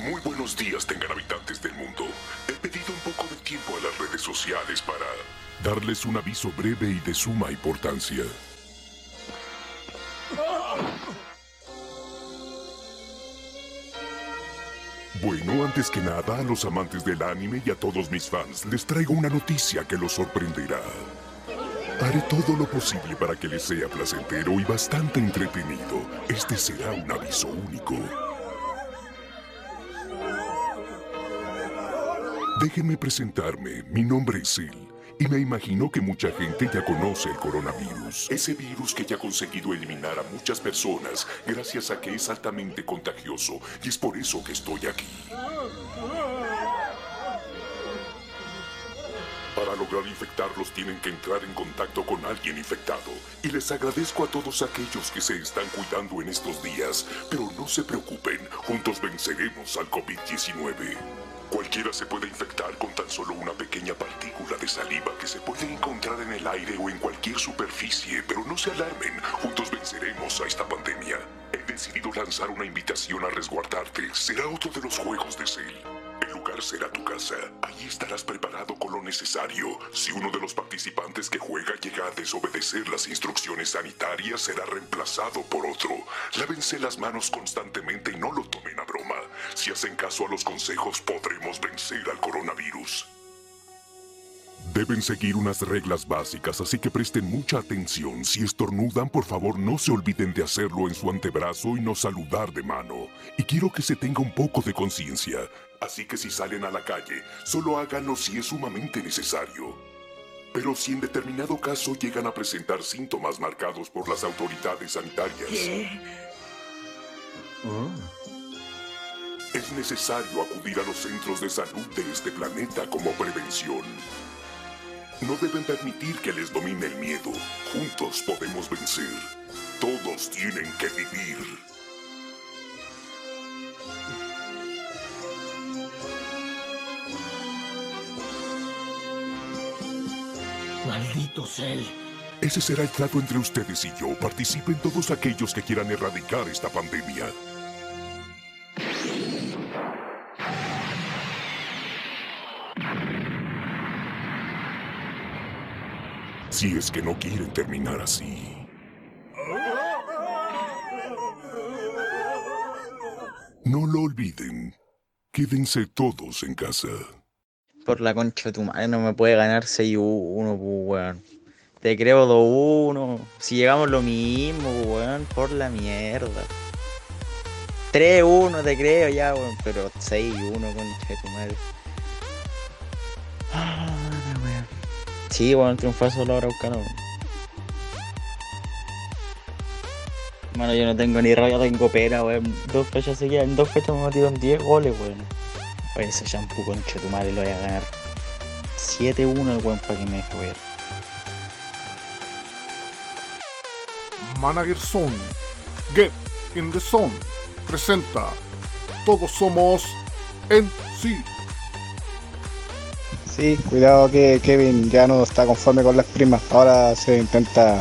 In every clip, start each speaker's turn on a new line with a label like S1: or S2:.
S1: Muy buenos días tengan habitantes del mundo. He pedido un poco de tiempo a las redes sociales para darles un aviso breve y de suma importancia. Bueno, antes que nada, a los amantes del anime y a todos mis fans, les traigo una noticia que los sorprenderá. Haré todo lo posible para que les sea placentero y bastante entretenido. Este será un aviso único. Déjenme presentarme, mi nombre es Sil, y me imagino que mucha gente ya conoce el coronavirus. Ese virus que ya ha conseguido eliminar a muchas personas gracias a que es altamente contagioso, y es por eso que estoy aquí. Para lograr infectarlos tienen que entrar en contacto con alguien infectado. Y les agradezco a todos aquellos que se están cuidando en estos días, pero no se preocupen, juntos venceremos al COVID-19. Cualquiera se puede infectar con tan solo una pequeña partícula de saliva que se puede encontrar en el aire o en cualquier superficie, pero no se alarmen, juntos venceremos a esta pandemia. He decidido lanzar una invitación a resguardarte, será otro de los juegos de Cell. El lugar será tu casa. Allí estarás preparado con lo necesario. Si uno de los participantes que juega llega a desobedecer las instrucciones sanitarias, será reemplazado por otro. Lávense las manos constantemente y no lo tomen a broma. Si hacen caso a los consejos, podremos vencer al coronavirus. Deben seguir unas reglas básicas, así que presten mucha atención. Si estornudan, por favor no se olviden de hacerlo en su antebrazo y no saludar de mano. Y quiero que se tenga un poco de conciencia. Así que si salen a la calle, solo háganlo si es sumamente necesario. Pero si en determinado caso llegan a presentar síntomas marcados por las autoridades sanitarias, es necesario acudir a los centros de salud de este planeta como prevención. No deben permitir que les domine el miedo. Juntos podemos vencer. Todos tienen que vivir.
S2: Maldito Cell.
S1: Ese será el trato entre ustedes y yo. Participen todos aquellos que quieran erradicar esta pandemia. Si es que no quieren terminar así. No lo olviden. Quédense todos en casa.
S3: Por la concha de tu madre, no me puede ganar 6-1, pues, weón. Te creo 2-1. Si llegamos lo mismo, pues, weón, por la mierda. 3-1 te creo ya, weón, pero 6-1, concha de tu madre. Ah, la weón. Sí, weón, triunfó solo Araucano. weón. Mano, yo no tengo ni rabia, tengo pena, weón. Dos fechas seguidas, en dos fechas me metieron 10 goles, weón. Oye, ese shampoo concha tu madre lo voy a ganar 7-1 el weón para que me deje ver.
S4: Manager Zone, Get in the Zone, presenta Todos somos en sí.
S5: Sí, cuidado que Kevin ya no está conforme con las primas. Ahora se intenta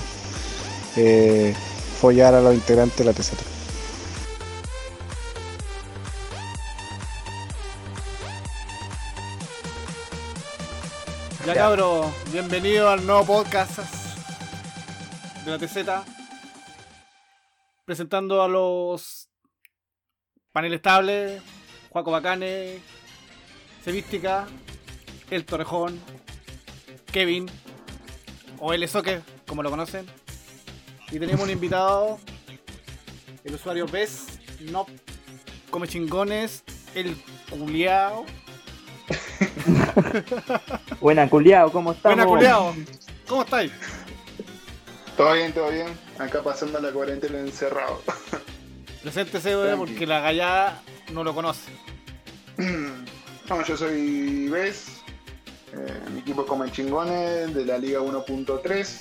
S5: eh, follar a los integrantes de la TZ.
S6: Ya, cabro, bienvenido al nuevo podcast de la TZ. Presentando a los panel estable, Juaco Bacane, Sevística, El Torrejón, Kevin, o El Esoque, como lo conocen. Y tenemos un invitado, el usuario Pez, no come chingones, el culiao.
S7: Buena, culiao, ¿cómo estamos?
S6: Buena culiao, ¿cómo estáis?
S8: Todo bien, todo bien. Acá pasando la cuarentena encerrado.
S6: Preséntese, weón,
S8: Tranqui.
S6: porque la gallada no lo conoce.
S8: No, yo soy Bes. Eh, mi equipo es Come Chingones de la Liga 1.3.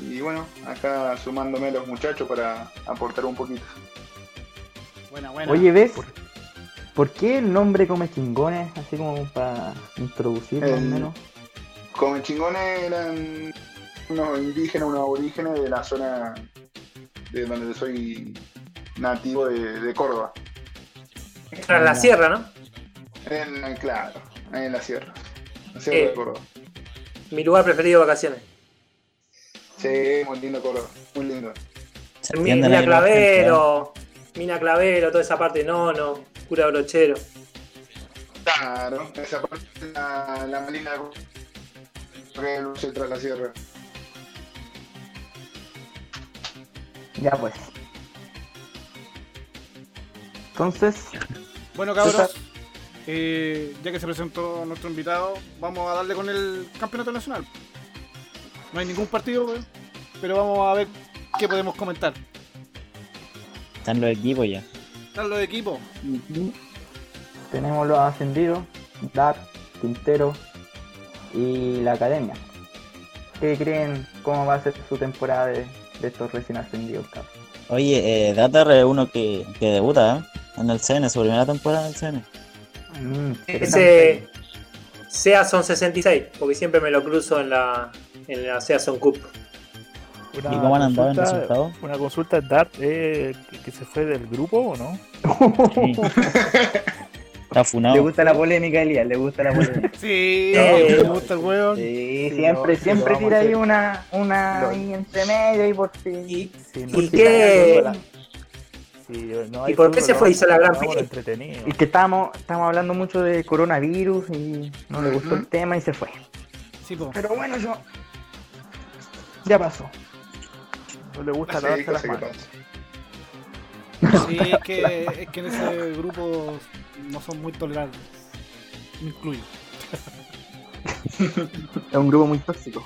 S8: Y bueno, acá sumándome a los muchachos para aportar un poquito.
S6: Buena, buena.
S7: Oye, ¿ves? ¿Por qué el nombre come chingones? Así como para introducirlo al
S8: El-
S7: menos.
S8: Come Chingones eran unos indígenas, unos aborígenes de la zona de donde soy nativo de, de Córdoba.
S2: Era en la sierra, ¿no?
S8: En, en- claro, ahí en la sierra. La sierra
S2: Eh.
S8: de Córdoba.
S2: Mi lugar preferido de vacaciones.
S8: Sí, muy lindo Córdoba, muy lindo.
S3: Se
S2: Mi-
S3: entienden
S2: Mina
S3: ahí la
S2: Clavero, Mina Clavero, toda esa parte, no, no, cura brochero.
S8: Claro, esa parte de la, la malina que luce tras la sierra.
S7: Ya pues. Entonces,
S6: Bueno, cabros, eh, ya que se presentó nuestro invitado, vamos a darle con el campeonato nacional. No hay ningún partido, weón, pero vamos a ver qué podemos comentar.
S3: gente. Están los equipos ya.
S6: Están los equipos.
S7: tenemos los ascendidos, Dark, Quintero y la Academia. ¿Qué creen cómo va a ser su temporada de, de estos recién ascendidos, cabrón?
S3: Oye, eh, Datar es uno que, que debuta, ¿eh? En el CN, su primera temporada en el CN.
S7: Mm,
S2: Ese
S7: interesante.
S2: Season 66, porque siempre me lo cruzo en la, en la Season Cup.
S3: ¿Y cómo han andado en
S9: consulta-
S3: resultados?
S9: Una consulta, Dart, eh, que- que se fue del grupo o no?
S3: Sí. Está
S7: Le
S3: funado.
S7: gusta la polémica, Elías, le gusta la polémica.
S6: Sí,
S2: Eh,
S6: me gusta el weón.
S7: Sí,
S9: Sí,
S7: siempre,
S9: lo-
S7: siempre
S9: lo vamos
S7: tira
S9: a
S7: ahí
S9: hacer.
S7: una, una
S9: Lo-
S7: ahí entre medio y por fin.
S2: Y,
S9: Sí,
S2: ¿Y
S9: sí,
S2: qué?
S9: no, sí, no hay
S2: ¿Y por qué
S9: fútbol,
S2: se fue?
S9: no,
S2: Hizo la gran
S9: no,
S2: fila.
S9: lo entretenido.
S7: Y que estábamos, estábamos hablando mucho de coronavirus y no le gustó el tema y se fue.
S6: Sí, po.
S7: Pero bueno, yo. Ya pasó.
S9: No le gusta
S8: Sí,
S9: lavarse las
S8: cosa que
S9: manos.
S8: pasa.
S6: Sí, es que, es que en ese grupo no son muy tolerantes. Me incluyo.
S7: Es un grupo muy tóxico.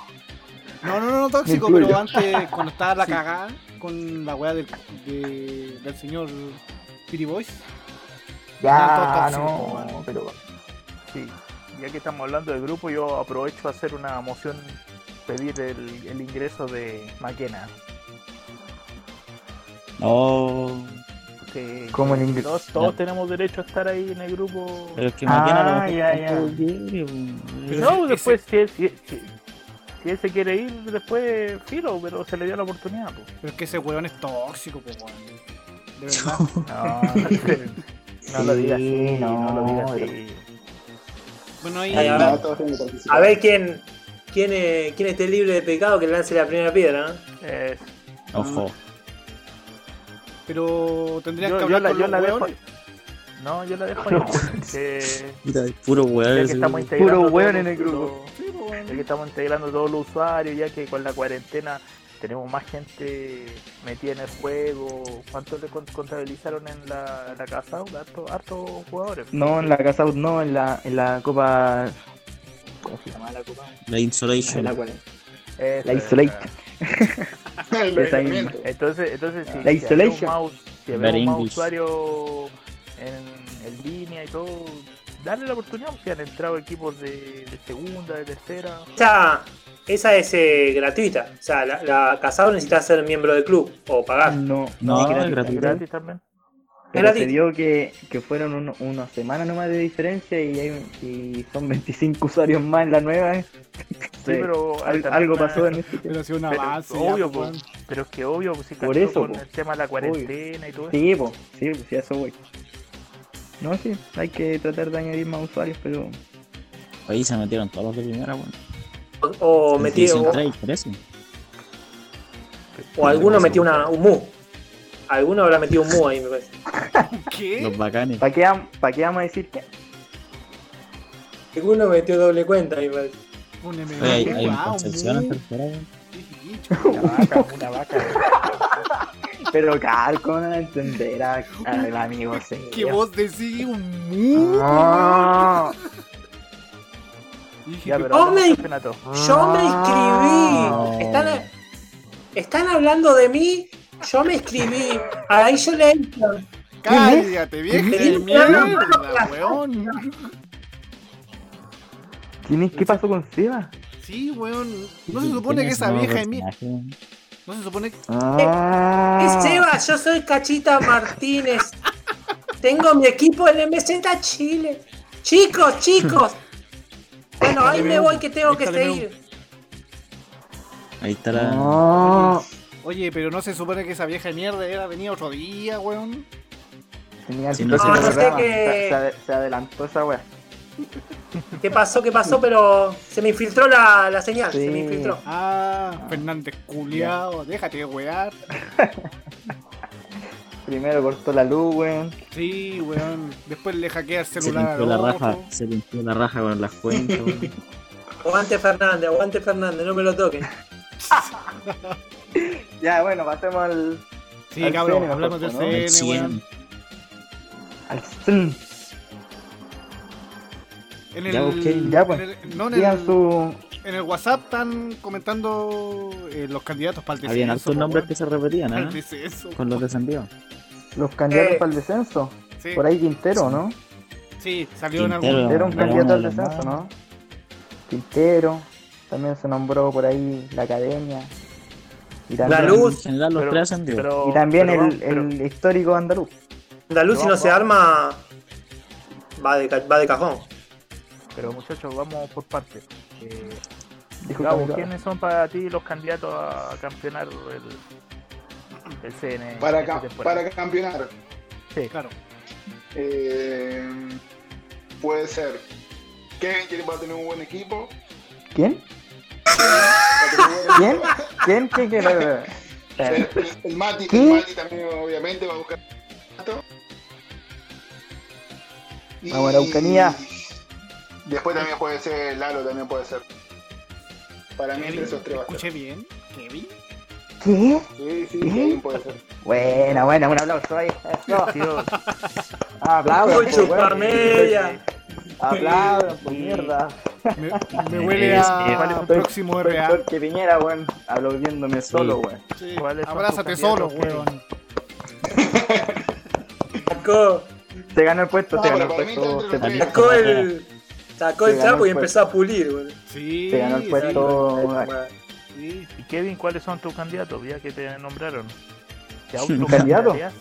S6: No, no, no, no tóxico,
S7: Me incluyo.
S6: pero antes, cuando estaba la cagada con la weá del, de- del señor Piri Boys.
S7: Ya,
S6: No, todo
S7: no,
S6: tóxico,
S7: pero.
S9: Sí, ya que estamos hablando del grupo, yo aprovecho a hacer una moción, pedir el, el ingreso de Maquena.
S3: No,
S9: Que
S7: Como el ingreso.
S9: todos, todos tenemos derecho a estar ahí en el grupo.
S3: pero es que
S7: Ah,
S3: mañana
S7: ya,
S3: lo
S7: ya.
S9: No,
S6: ese-
S9: después, si él, si, si- si él se quiere ir, después filo, pero se le dio la oportunidad. po.
S6: Pero es que ese weón es tóxico, po, weón. De verdad.
S9: No, no lo digas así,
S7: Sí,
S9: no, lo digas
S7: pero-
S9: así.
S6: Bueno, ahí.
S2: Ahí, a
S8: No,
S2: ver,
S8: todos tienen que participar.
S2: a ver quién, quién, eh, quién esté libre de pecado que lance la primera piedra, ¿no?
S9: Eh,
S3: Ojo.
S6: Pero tendrías que
S9: yo, yo
S6: hablar
S9: la,
S6: con
S9: yo
S6: los
S9: la dejo.
S6: weones.
S9: No, yo la dejo ahí. que-
S3: Puta, Puro
S9: ya
S3: weón.
S9: que estamos
S3: ese-
S9: integrando
S7: Puro weón
S9: todos
S7: en el
S9: los-
S7: grupo.
S9: los- ya que estamos integrando todos los usuarios, ya que con la cuarentena tenemos más gente metida en el juego. ¿Cuántos le con- contabilizaron en la, la casa? Harto, harto jugadores.
S7: No, en la Casa Out no, en la, en la Copa. ¿Cómo se llama la Copa?
S3: La
S7: En la,
S3: insolation.
S7: cual-
S9: Eso
S7: la
S9: es,
S7: Isolate.
S8: El
S7: Está bien.
S8: aislamiento.
S9: Entonces, entonces si,
S7: La
S9: si había un
S7: isolation.
S9: más, us- si había
S3: Very
S9: un más
S3: English.
S9: usuario en, en línea y todo, darle la oportunidad, si han entrado equipos de, de segunda, de tercera.
S2: Esa, esa es eh, gratuita. O sea, la, la casado necesita ser miembro del club o pagar.
S7: Ah, No,
S3: No,
S7: es
S3: es
S9: ¿Es
S3: gratuito.
S9: gratis también?
S7: Pero
S2: Gratis.
S7: se dio que, que fueron uno- unas semanas nomás de diferencia y, hay- y son 25 usuarios más en la nueva. eh. Sí,
S9: pero
S7: al-
S9: también
S7: algo
S9: hay-
S7: pasó en este tiempo.
S6: Pero ha sido un
S9: Pero,
S6: avance. ya,
S9: obvio,
S6: po,
S9: po.
S6: weón.
S9: pero es que obvio, pues, si
S7: Por
S9: cachó
S7: eso,
S9: con
S7: po.
S9: el tema de la cuarentena y todo eso.
S7: Sí, pues, sí, po, sí, a eso voy. No, sí, hay que tratar de añadir más usuarios, pero
S3: Ahí se metieron todos los de primera, weón.
S2: O, o metí-
S3: Dicen
S2: o-
S3: tres, trece.
S2: o alguno metió una, un mu. Alguno habrá metido un mu ahí, me parece.
S6: ¿Qué?
S3: Los bacanes.
S7: ¿para qué, vam- pa' qué vamos a decir que?
S2: Alguno metió doble cuenta, me parece.
S6: Un MDU,
S3: Oye, hay, hay un
S6: ah, un
S3: Concepción en
S6: mu.
S3: tercera, weón.
S9: Una vaca, una vaca.
S7: Pero Calco no va a entender a- al amigo. serio.
S6: Que vos decís un mu.
S7: No.
S9: Ya, pero
S2: Oh,
S9: hablemos del
S2: me-
S9: campeonato.
S2: Yo me inscribí. Están, están hablando de mí. Yo me inscribí. Ahí yo le entro.
S6: Cállate, vieja de
S2: ¿Qué?
S6: mierda, weón.
S7: ¿Quién es? ¿Qué pasó con Seba?
S6: Sí, weón. No se supone que esa
S3: Tienes
S6: vieja de
S3: nuevo
S6: mierda.
S3: personaje, weón.
S6: No se supone que.
S2: Es Seba, yo soy Cachita Martínez. Tengo mi equipo en MZ Chile. Chicos, chicos. Bueno, ahí me voy que tengo que
S6: Métale,
S2: seguir.
S3: Ahí está la.
S7: No.
S3: Ah.
S6: Oye, pero no se supone que esa vieja de mierda era venía otro día, weón.
S9: Tenía el
S10: Si no
S9: próximo
S10: se- No, no sé
S9: programa.
S2: que-
S9: Se- se ade- se adelantó esa wea.
S2: ¿Qué pasó? ¿Qué pasó? Pero se me infiltró la, la señal.
S9: Sí.
S2: Se me infiltró.
S6: Ah, Fernández culiao, déjate de wear.
S9: Primero cortó la luz, weón.
S6: Sí, weón. Después le hackea el
S10: Se
S6: celular
S10: limpió
S6: al
S10: la
S6: otro.
S10: raja, se limpió la raja con las cuentas, weón.
S2: Aguante Fernández, aguante Fernández, no me lo toquen.
S9: Ya, bueno, pasemos al.
S6: Sí,
S9: Al
S6: cabrón,
S9: CN,
S6: hablamos del
S9: ¿no?
S6: CN,
S10: El 100.
S6: weón.
S9: al Sun.
S6: En el,
S10: Ya, ok,
S9: ya, pues.
S6: en el- no, en
S9: Digan
S6: el,
S9: su.
S6: en el WhatsApp están comentando eh, los candidatos para el descenso.
S10: Habían altos
S6: po,
S10: nombres
S6: weón.
S10: que se repetían,
S6: Al
S10: ¿eh?
S6: descenso.
S10: Con los de San Diego.
S9: Los candidatos
S2: Eh.
S9: para el descenso.
S6: Sí,
S9: Por ahí Quintero, ¿no?
S6: sí, salió en
S10: Quintero.
S6: algún.
S9: Era un
S10: no,
S9: candidato
S10: no,
S9: al
S10: no,
S9: descenso,
S10: no.
S9: ¿no? Quintero. También se nombró por ahí la academia. Y
S2: La
S9: también,
S2: luz.
S10: En general los tres San Diego.
S3: pero-
S9: Y también
S3: pero
S9: el,
S3: vamos, pero-
S9: el histórico andaluz.
S2: Andaluz, si no se arma, va de, ca- va de cajón.
S3: Pero muchachos, vamos por partes. Eh,
S9: Dijo
S3: Gabo,
S9: Camilo.
S3: ¿quiénes son para ti los candidatos a campeonar el, el CN?
S8: Para,
S3: esta
S8: ca-
S3: temporada?
S8: para campeonar,
S3: Sí.
S6: Claro.
S8: eh, puede ser. Kevin que va a tener un buen equipo.
S9: ¿Quién?
S8: va a tener un buen
S9: ¿Quién? ¿Quién? ¿Quién? ¿Quién?
S8: El, el Mati, el
S9: ¿Qué?
S8: Mati también obviamente va a buscar Y-
S9: Vamos a la Araucanía.
S8: Después también puede ser Lalo, también puede ser. Para mí entre
S6: Kevin,
S8: esos tres va a ser.
S6: escuché bien. Kevin.
S9: ¿Qué?
S8: Sí, sí, Kevin puede ser.
S9: Buena, buena, un aplauso ahí. Eso.
S3: Tío,
S9: Aplausos. pues,
S2: Uy, chupamedia.
S9: Aplausos, por mierda.
S6: Me, me huele a
S10: Es-
S6: ¿cuál es un próximo
S9: Soy
S6: RA.
S9: peor que Piñera, weón, aplaudiéndome solo, weón.
S6: Sí,
S3: ¿Cuáles son
S6: Abrázate
S3: tus
S6: solo,
S3: candidatos, Kevin?
S6: weón.
S2: Sacó,
S9: Te ganó el puesto,
S8: No,
S9: te ganó el
S8: pero para mí
S9: puesto.
S8: está
S9: Te,
S8: entre los
S2: sacó el, sacó el
S9: Se ganó
S2: trapo y
S9: el
S2: empezó a pulir, güey.
S6: Sí.
S9: te ganó el
S6: sí,
S9: puesto.
S6: sí.
S3: y Kevin, ¿cuáles son tus candidatos? Ya que te nombraron. ¿Te
S9: ¿Candidato?
S3: autocandidateas?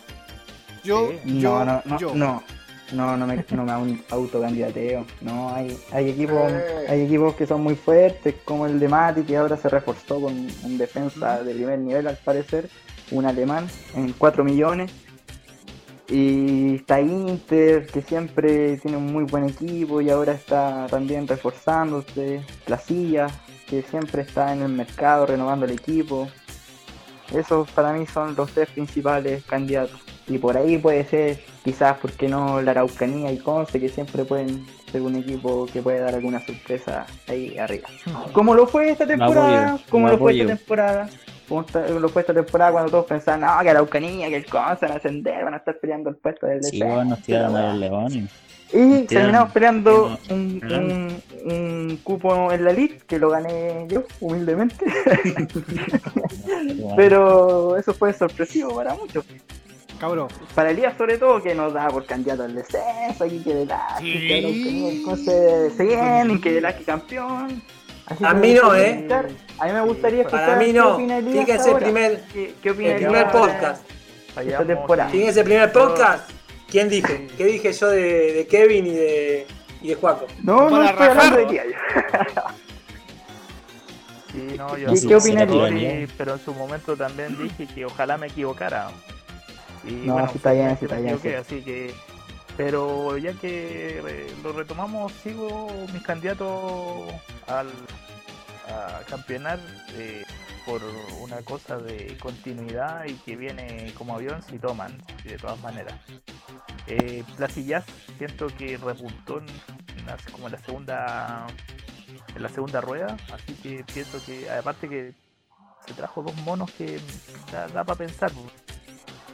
S6: Yo,
S3: Sí.
S9: No,
S6: yo,
S9: no, no,
S6: yo.
S9: no. No, no me, no me hago un autocandidateo. No, hay, hay equipos,
S8: Eh.
S9: hay equipos que son muy fuertes, como el de Mati, que ahora se reforzó con un defensa de primer nivel al parecer, un alemán en 4 millones. Y está Inter, que siempre tiene un muy buen equipo y ahora está también reforzándose. La silla, que siempre está en el mercado renovando el equipo. Esos para mí son los tres principales candidatos. Y por ahí puede ser, quizás, ¿por qué no? La Araucanía y Conce, que siempre pueden ser un equipo que puede dar alguna sorpresa ahí arriba. Como lo fue esta temporada,
S10: apoyo,
S9: como
S10: lo
S9: lo fue esta
S10: apoyo.
S9: temporada. Como esta- lo fue esta temporada cuando todos pensaban, no, que Araucanía, que el Conce van a ascender, van a estar peleando el puesto del
S10: Sí,
S9: descenso,
S10: weón, nos tiraron
S9: la
S10: a
S9: weá".
S10: los leones.
S9: Y
S10: Tiraron-
S9: terminamos peleando un,
S10: cagaron.
S9: un- un cupo en la Elite, que lo gané yo, humildemente. Pero eso fue sorpresivo para muchos.
S6: Cabrón.
S9: Para Elías sobre todo, que nos da por candidato al descenso, aquí que de la
S6: Sí.
S9: que Araucanía y Conce se vienen, que de la que campeón. Así
S2: A
S9: que
S2: mí
S9: me
S2: no,
S9: gustaría
S2: ¿eh?
S9: escuchar- A mí me gustaría
S3: Para
S9: escuchar
S2: mí
S9: qué
S2: no.
S9: opina Elías
S2: Fíjense
S9: ahora.
S2: primer-
S9: ¿Qué, qué opina
S2: El
S9: Elías
S2: primer
S9: ahora?
S2: podcast.
S3: Vayamos-
S9: temporada.
S2: ¿Quién es el primer podcast? ¿Quién dije? ¿Qué dije yo de, de Kevin y de, y de Juaco?
S9: No, no
S6: Para
S9: estoy hablando de
S6: rajarlo.
S9: Elías.
S3: Sí, no, yo
S9: ¿Qué-
S3: sí,
S9: qué opinas
S3: pero
S9: tú?
S3: sí, pero en su momento también dije que ojalá me equivocara. Y
S9: No,
S3: bueno,
S9: sí está bien,
S3: me
S9: sí está bien,
S3: equivoqué,
S9: sí.
S3: Así que, pero ya que eh, lo retomamos, sigo mis candidatos al a campeonar eh, por una cosa de continuidad y que viene como avión si toman, de todas maneras. Eh, Placillas, siento que repuntó en, en la- como en la segunda en la segunda rueda, así que pienso que aparte que se trajo dos monos que da, para pensar.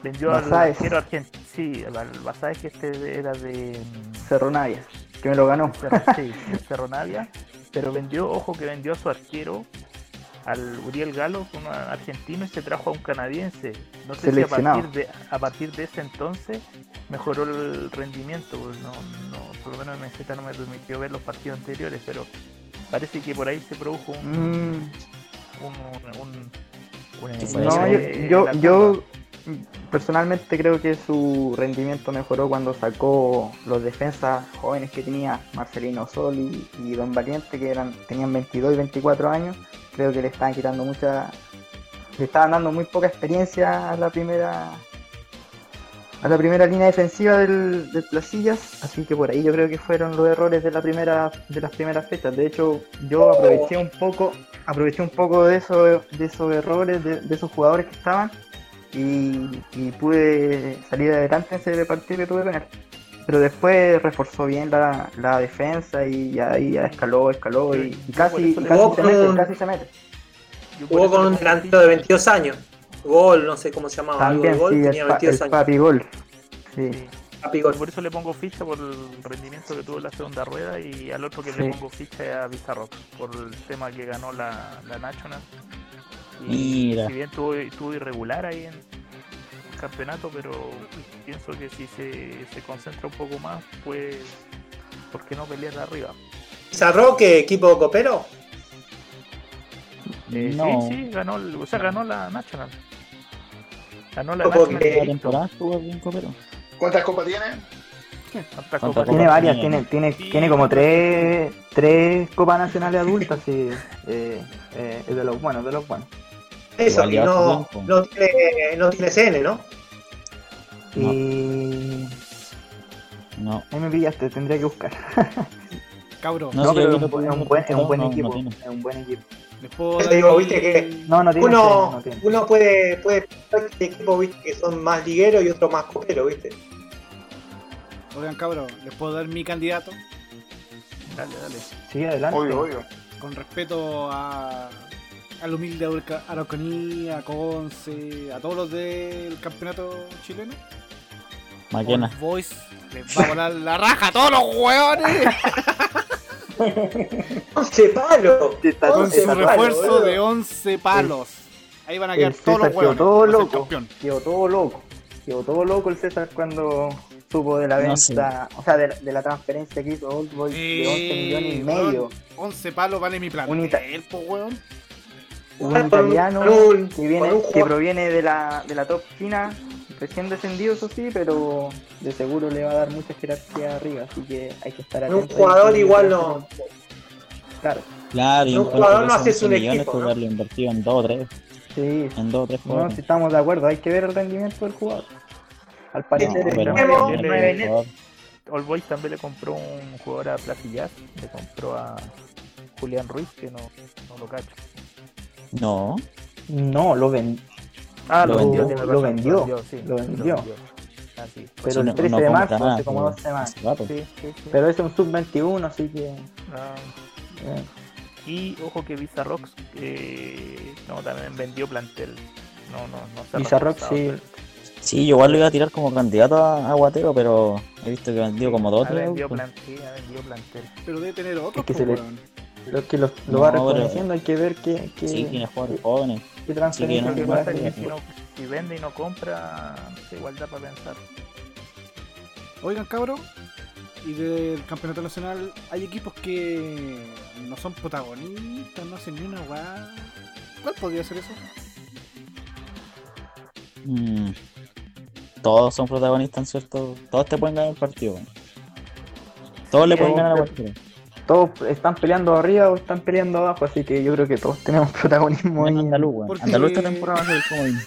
S3: Vendió al
S9: Basáez.
S3: arquero argentino, sí, al al Basáez que este era de mm,
S9: Cerro Navia, que me lo ganó.
S3: Cerro, sí, Cerro Navia, pero vendió, ojo que vendió a su arquero al Uriel Galo, un argentino, y se trajo a un canadiense. No sé si a
S9: Seleccionado.
S3: partir, de, a partir de ese entonces mejoró el rendimiento, pues, no, no, por lo menos en MZ no me permitió ver los partidos anteriores, pero parece que por ahí se produjo un...
S9: Mm.
S3: un, un, un-
S10: Sí,
S3: un-
S9: No, yo,
S3: eh,
S9: yo,
S3: la curva.
S9: yo personalmente creo que su rendimiento mejoró cuando sacó los defensas jóvenes que tenía Marcelino Sol y, y Don Valiente, que eran tenían 22 y 24 años. Creo que le estaban quitando mucha. Le estaban dando muy poca experiencia a la primera. a la primera línea defensiva del, del Placillas, así que por ahí yo creo que fueron los errores de la primera de las primeras fechas. De hecho, yo aproveché un poco, aproveché un poco de esos de esos errores de, de esos jugadores que estaban y, y pude salir adelante en ese partido que tuve con él. Pero después reforzó bien la, la defensa y ya, y ya escaló, escaló y, y casi, y casi, se mete, casi se mete.
S7: Yo por
S2: Jugó
S7: eso
S2: con un
S7: le-
S2: delantero de 22 años. Gol, no sé cómo se llamaba. algo de
S9: También,
S2: gol,
S9: sí,
S2: tenía
S9: el, pa-
S2: 22
S9: el
S2: años.
S9: papi gol. Sí.
S7: sí.
S2: Papi gol.
S7: Por eso le pongo ficha por el rendimiento que tuvo en la segunda rueda y al otro que le
S9: Sí.
S7: pongo ficha es a Bizarrock por el tema que ganó la, la National.
S3: Mira.
S7: Si bien tuvo, estuvo irregular ahí en el campeonato, pero pienso que si se, se concentra un poco más, pues, ¿por qué no pelear de arriba?
S2: ¿Pizarro que equipo copero?
S7: Eh,
S3: No.
S7: Sí, sí, ganó, el- o sea, ganó la National. Ganó la
S2: No puedo
S7: National.
S3: La
S2: creer.
S3: temporada estuvo bien copero.
S8: ¿Cuántas copas tiene?
S3: Cuánta
S7: Hasta Copa-
S9: Tiene
S3: Copa
S9: varias,
S3: Chile.
S9: tiene, tiene, tiene como tres, tres copas nacionales adultas y eh, eh, es de los buenos, de los buenos.
S2: Eso,
S3: Igual
S2: y
S3: lleva
S2: no,
S3: tiempo.
S2: no, tiene, no tiene CN, ¿no?
S9: Y
S3: No.
S9: ahí me pillaste, tendría que buscar.
S6: Cabro,
S3: No,
S9: No,
S3: sí,
S9: pero
S3: yo
S9: es
S3: lo
S9: un, bu-
S3: tengo
S9: es un buen, es un buen
S3: no, no
S9: equipo,
S3: tiene.
S9: es un buen equipo.
S6: les puedo
S2: Te
S9: Este
S6: dar
S2: digo,
S6: mi-
S2: viste que-
S9: No, no tiene,
S2: Uno,
S9: no tiene.
S2: uno puede, puede pensar que hay equipos ¿viste? que son más ligueros y otros más coperos, ¿viste?
S6: Oigan, cabro, les puedo dar mi candidato
S7: Dale, dale.
S9: Sí, adelante.
S8: Obvio, obvio.
S6: con respeto a al humilde Arauca- Araucanía, a Conce, a todos los del campeonato chileno.
S3: Maquena.
S6: All Boys les va a volar la raja a todos los hueones
S2: ¡Once palos!
S9: Sí, está-
S6: con su
S9: está-
S2: palos,
S6: refuerzo
S2: boludo.
S6: de 11 palos. Ahí van a quedar
S9: El
S6: todos los
S9: César quedó
S6: hueones.
S9: todo
S6: va a ser
S9: loco.
S6: campeón.
S9: Quedó todo loco. Quedó todo loco el César cuando supo de la
S3: No
S9: venta,
S3: sé.
S9: o sea, de, la- de la transferencia que hizo Old Boys de 11 millones y
S6: Eh,
S9: medio.
S6: weón, 11 palos vale mi plan.
S9: Un ita-
S6: po, weón.
S9: un
S2: Con un-
S9: italiano
S2: con un-
S9: que, viene-
S2: con un
S9: que
S2: jugador-
S9: proviene de la, de la top china, recién descendido eso sí, pero de seguro le va a dar mucha jerarquía arriba, así que hay que estar
S2: Un
S9: atento.
S2: jugador
S9: ahí.
S2: igual no.
S9: Claro,
S3: Claro, y
S2: Un
S3: en cuanto
S2: jugador
S3: que
S2: no
S3: son
S2: haces
S3: 11
S2: un
S3: millones,
S2: equipo,
S3: tú
S2: ¿no?
S3: haberlo invertido en dos o tres.
S9: sí,
S3: En dos o tres
S9: no,
S3: jugadores.
S9: si estamos de acuerdo, hay que ver el rendimiento del jugador. Al parecer
S3: No,
S9: es
S3: pero-
S9: nueve,
S3: pero-
S9: nueve net.
S3: pero-
S7: All Boys también le compró un jugador a Placillas, le compró a Julián Ruiz, que no, no lo cacho.
S3: No.
S9: No, lo ven,
S7: Ah,
S3: Lo vendió.
S7: tiene
S9: Lo
S7: razón,
S9: vendió,
S7: sí,
S9: lo vendió.
S7: Ah, sí.
S9: pero
S3: Sí,
S9: el
S3: no-
S9: 13
S3: no
S9: de
S3: compra
S9: marzo,
S3: nada,
S9: hace como
S3: pero
S9: dos semanas.
S3: hace rato.
S7: Sí, sí, sí.
S9: Pero es un sub-21, así que...
S7: Ah,
S9: eh,
S7: y ojo que Bizarrox eh, no, también vendió plantel. No, no, no se ha
S9: Bizarrox
S7: reforzado,
S9: sí.
S7: pero-
S3: Sí, yo igual lo iba a tirar como candidato a, a Guatero, pero he visto que vendió como dos.
S7: ha
S3: tres,
S7: vendido
S3: pues.
S7: plan- sí, ha vendido plantel.
S6: Pero debe tener otro,
S9: Es que
S6: po,
S9: se le-
S6: weón.
S9: Lo que lo, lo
S3: No,
S9: va
S3: pero-
S9: reconociendo, hay que ver qué, qué,
S3: Sí, tiene jugadores jóvenes.
S9: qué
S3: sí,
S9: transferencia
S3: no,
S7: Lo que
S9: que
S3: no,
S9: va a
S7: pasa
S3: no,
S7: es que
S9: hacer.
S7: si, no, si vende y no compra, se igual da para pensar.
S6: Oigan, cabro, y del campeonato nacional hay equipos que no son protagonistas, no hacen ni una weá. ¿Cuál podría ser eso?
S3: Mm. Todos son protagonistas en cierto. Todos te pueden ganar el partido. weón. Todos le
S9: Sí,
S3: pueden
S9: ahí-
S3: ganar a cualquiera.
S9: Todos están peleando arriba o están peleando abajo, así que yo creo que todos tenemos protagonismo ¿eh?
S3: Menos
S9: ahí.
S3: Andaluz, weón.
S6: Porque-
S3: Andaluz esta temporada va a ser como el-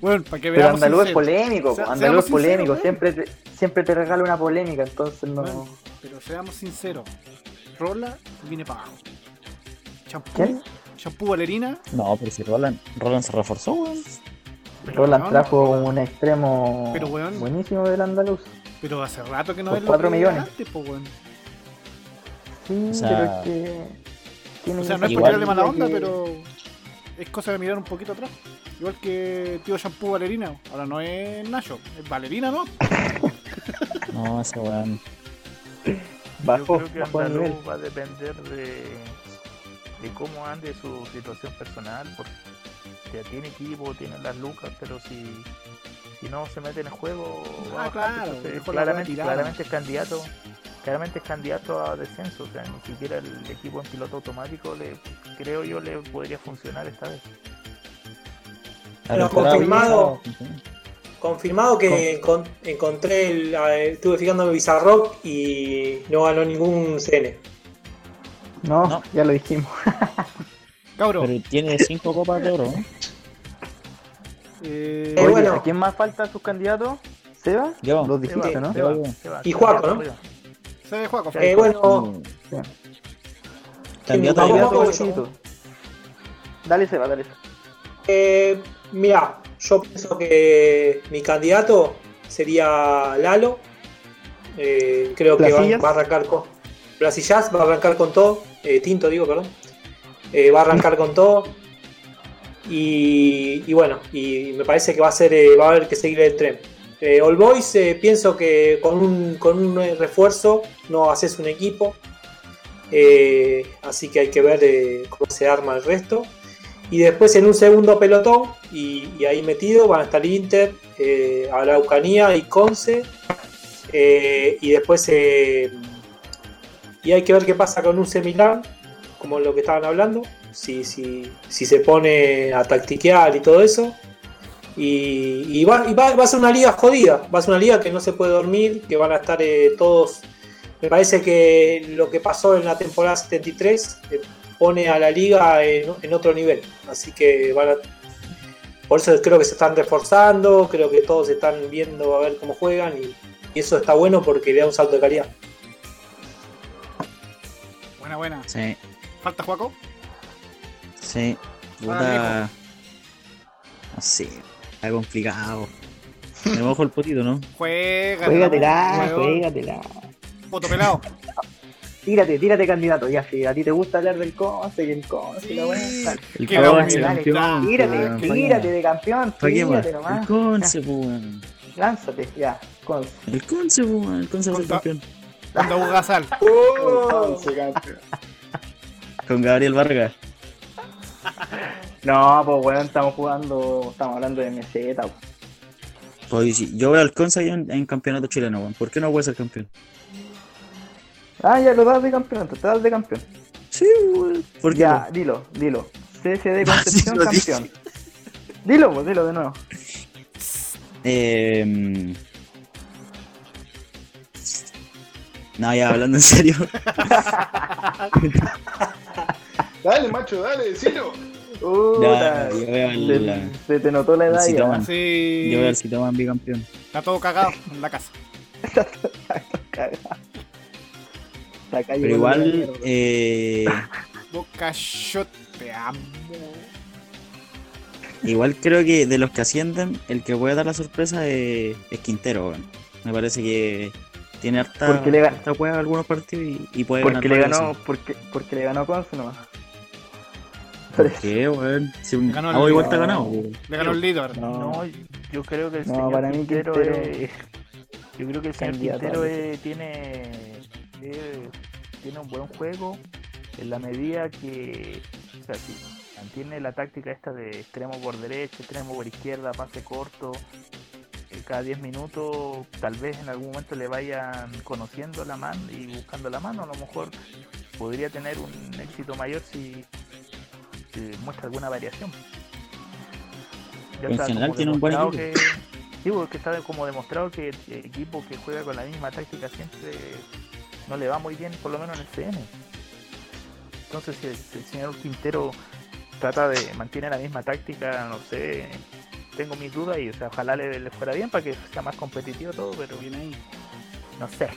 S6: Bueno, para que
S9: Pero
S6: veamos.
S9: Andaluz es
S6: sinceros.
S9: polémico,
S6: Se-
S9: po,
S6: seamos
S9: Andaluz es
S6: sinceros,
S9: polémico,
S6: weón.
S9: siempre te, siempre te regala una polémica, entonces no...
S6: Bueno, pero seamos sinceros, Rola viene para abajo.
S9: ¿Quién?
S6: Champú, champú valerina,
S3: No, pero si Roland, Roland se reforzó, weón.
S9: Roland
S6: no,
S9: trajo
S6: no, no.
S9: un extremo
S6: Pero, weón.
S9: buenísimo del Andaluz.
S6: pero hace rato que no
S9: Por
S6: es
S9: cuatro
S6: que
S9: millones.
S6: era antes, po, weón.
S9: Sí,
S3: O sea-
S9: pero es que... tiene
S6: O sea,
S9: que
S6: no es por
S3: Igual-
S6: tirarle mala onda,
S9: que-
S6: pero es cosa de mirar un poquito atrás. Igual que tío champú valerina, ahora no es Nacho, es valerina, ¿no?
S3: No, ese weón.
S9: Bajó,
S7: Yo creo que
S9: bajó el
S7: Andaluz
S9: nivel.
S7: va a depender de, de cómo ande su situación personal, porque ya tiene equipo, tiene las lucas, pero si, si no se mete en el juego, va
S6: Ah,
S7: a bajar,
S6: claro,
S7: entonces
S6: dejó la hueá
S7: claramente,
S6: tirada.
S7: claramente es candidato, claramente es candidato a descenso, o sea, ni siquiera el equipo en piloto automático le, creo yo le podría funcionar esta vez.
S3: La
S2: Pero
S3: temporada
S2: confirmado.
S3: pasada-
S2: Confirmado que encon- encontré, el, a- estuve fijando en Bizarrock y no ganó ningún Eh, CN.
S9: No,
S3: No.
S9: ya lo dijimos.
S6: Cabro,
S3: Pero tiene cinco copas de oro, ¿eh?
S6: eh,
S2: Eh,
S9: Oye,
S2: bueno.
S9: ¿a quién más falta sus candidatos?
S7: Seba,
S3: Yo.
S7: los dijiste,
S9: Seba,
S7: ¿no?
S9: Seba,
S3: Yo.
S9: Seba,
S2: Y
S9: Seba,
S2: Juaco, ¿no?
S9: Seba.
S6: Se ve Juaco.
S2: Eh, bueno,
S3: Candidato
S2: no,
S3: de
S2: no,
S3: gato.
S7: Candidato
S2: no, no.
S7: Panchito. Dale, Seba, dale.
S2: eh, mira, yo pienso que mi candidato sería Lalo. Eh, creo que va,
S7: Placillas.
S2: va a arrancar con. Placillas va a arrancar con todo. eh, tinto, digo, perdón. Eh, va a arrancar con todo. Y, y bueno, y me parece que va a ser, eh, va a haber que seguir el tren. Eh, All Boys, eh, pienso que con un, con un eh, refuerzo no haces un equipo. Eh, así que hay que ver eh, cómo se arma el resto. Y después en un segundo pelotón, y, y ahí metido, van a estar Inter, eh, Araucanía y Conce. Eh, y después eh, y hay que ver qué pasa con un similar, como lo que estaban hablando, si, si, si se pone a tactiquear y todo eso. Y, y va, y va- va a ser una liga jodida, va a ser una liga que no se puede dormir, que van a estar eh, todos... Me parece que lo que pasó en la temporada 73 eh, pone a la liga en, en otro nivel, así que van a- Por eso creo que se están reforzando, creo que todos están viendo a ver cómo juegan y, y eso está bueno porque le da un salto de calidad.
S6: Buena, buena.
S3: Sí,
S6: ¿Falta Juaco?
S3: sí. Puta. No sé, está complicado. Me mojo el potito, ¿no?
S6: Juega.
S7: Juégatela,
S6: weón.
S7: juégatela.
S6: Poto pelado.
S7: Tírate, tírate candidato, ya si a ti te gusta hablar del Conce, que el Conce, la
S6: Sí.
S7: buena.
S3: El
S6: Qué bueno,
S3: conce,
S6: dale,
S3: campeón.
S7: Tírate, tírate de campeón,
S3: ¿Para qué más?
S7: tírate
S3: El
S7: nomás.
S3: conce, po, weón.
S7: Lánzate, ya, Conce.
S3: El conce, po, weón. El conce va a ser
S6: Conta-
S3: campeón.
S6: Onda Ugasal.
S8: Entonces, campeón.
S3: Con Gabriel Vargas.
S7: No, pues weón, estamos jugando, estamos hablando de meseta. po.
S3: Pues, sí, yo veo al conce ahí en, en campeonato chileno, weón. ¿Por qué no puede ser campeón?
S7: Ah, ya lo das de campeón, te das de campeón.
S3: Sí, weón. ¿Por qué?
S7: Ya, dilo, dilo. CCD Concepción
S3: lo dije.
S7: campeón. Dilo, pues, dilo de nuevo.
S3: Eh, No, ya hablando en serio.
S8: Dale, macho, dale, decilo.
S7: Puta,
S3: yo veo al-
S7: se, se te notó la
S3: al
S7: edad ya.
S3: Citoman.
S6: Sí.
S3: Yo veo al Citoman bicampeón.
S6: Está todo cagado en la casa.
S7: Cagá. La calle
S3: Pero
S7: con la
S3: igual,
S7: mierda.
S3: eh,
S6: Boca shot, te amo.
S3: igual creo que de los que ascienden, el que puede dar la sorpresa es, es Quintero. weón. Me parece que tiene harta,
S7: Porque le gan-
S3: harta hueá en algunos partidos y, y puede
S7: porque le
S3: ganar. todo
S7: ganó,
S3: eso.
S7: porque, porque le ganó Conce nomás.
S3: ¿Por qué, weón? Si un-
S6: Ganó
S3: ah,
S6: la
S3: weón, igual
S6: Liga.
S3: te ha ganado. weón.
S6: Le ganó el líder.
S9: No, yo creo que el
S7: No,
S9: señor
S7: para mí
S9: Quintero,
S7: Quintero-
S9: es- yo creo que el señor
S7: Candidato
S9: Quintero
S7: a
S9: es- tiene es- tiene un buen juego en la medida que o sea, si mantiene la táctica esta de extremo por derecha, extremo por izquierda, pase corto. eh, Cada 10 minutos, tal vez en algún momento le vayan conociendo la mano y buscando la mano. A lo mejor podría tener un éxito mayor si, si muestra alguna variación. Ya
S3: En
S9: está
S3: general
S9: como
S3: tiene un buen
S9: demostrado que- sí, porque está como demostrado que el el equipo que juega con la misma táctica siempre no le va muy bien, por lo menos en el CN. Entonces, si el, si el señor Quintero trata de mantener la misma táctica, no sé, tengo mis dudas y o sea, ojalá le, le fuera bien para que sea más competitivo todo, pero
S6: Bien ahí.
S9: no sé.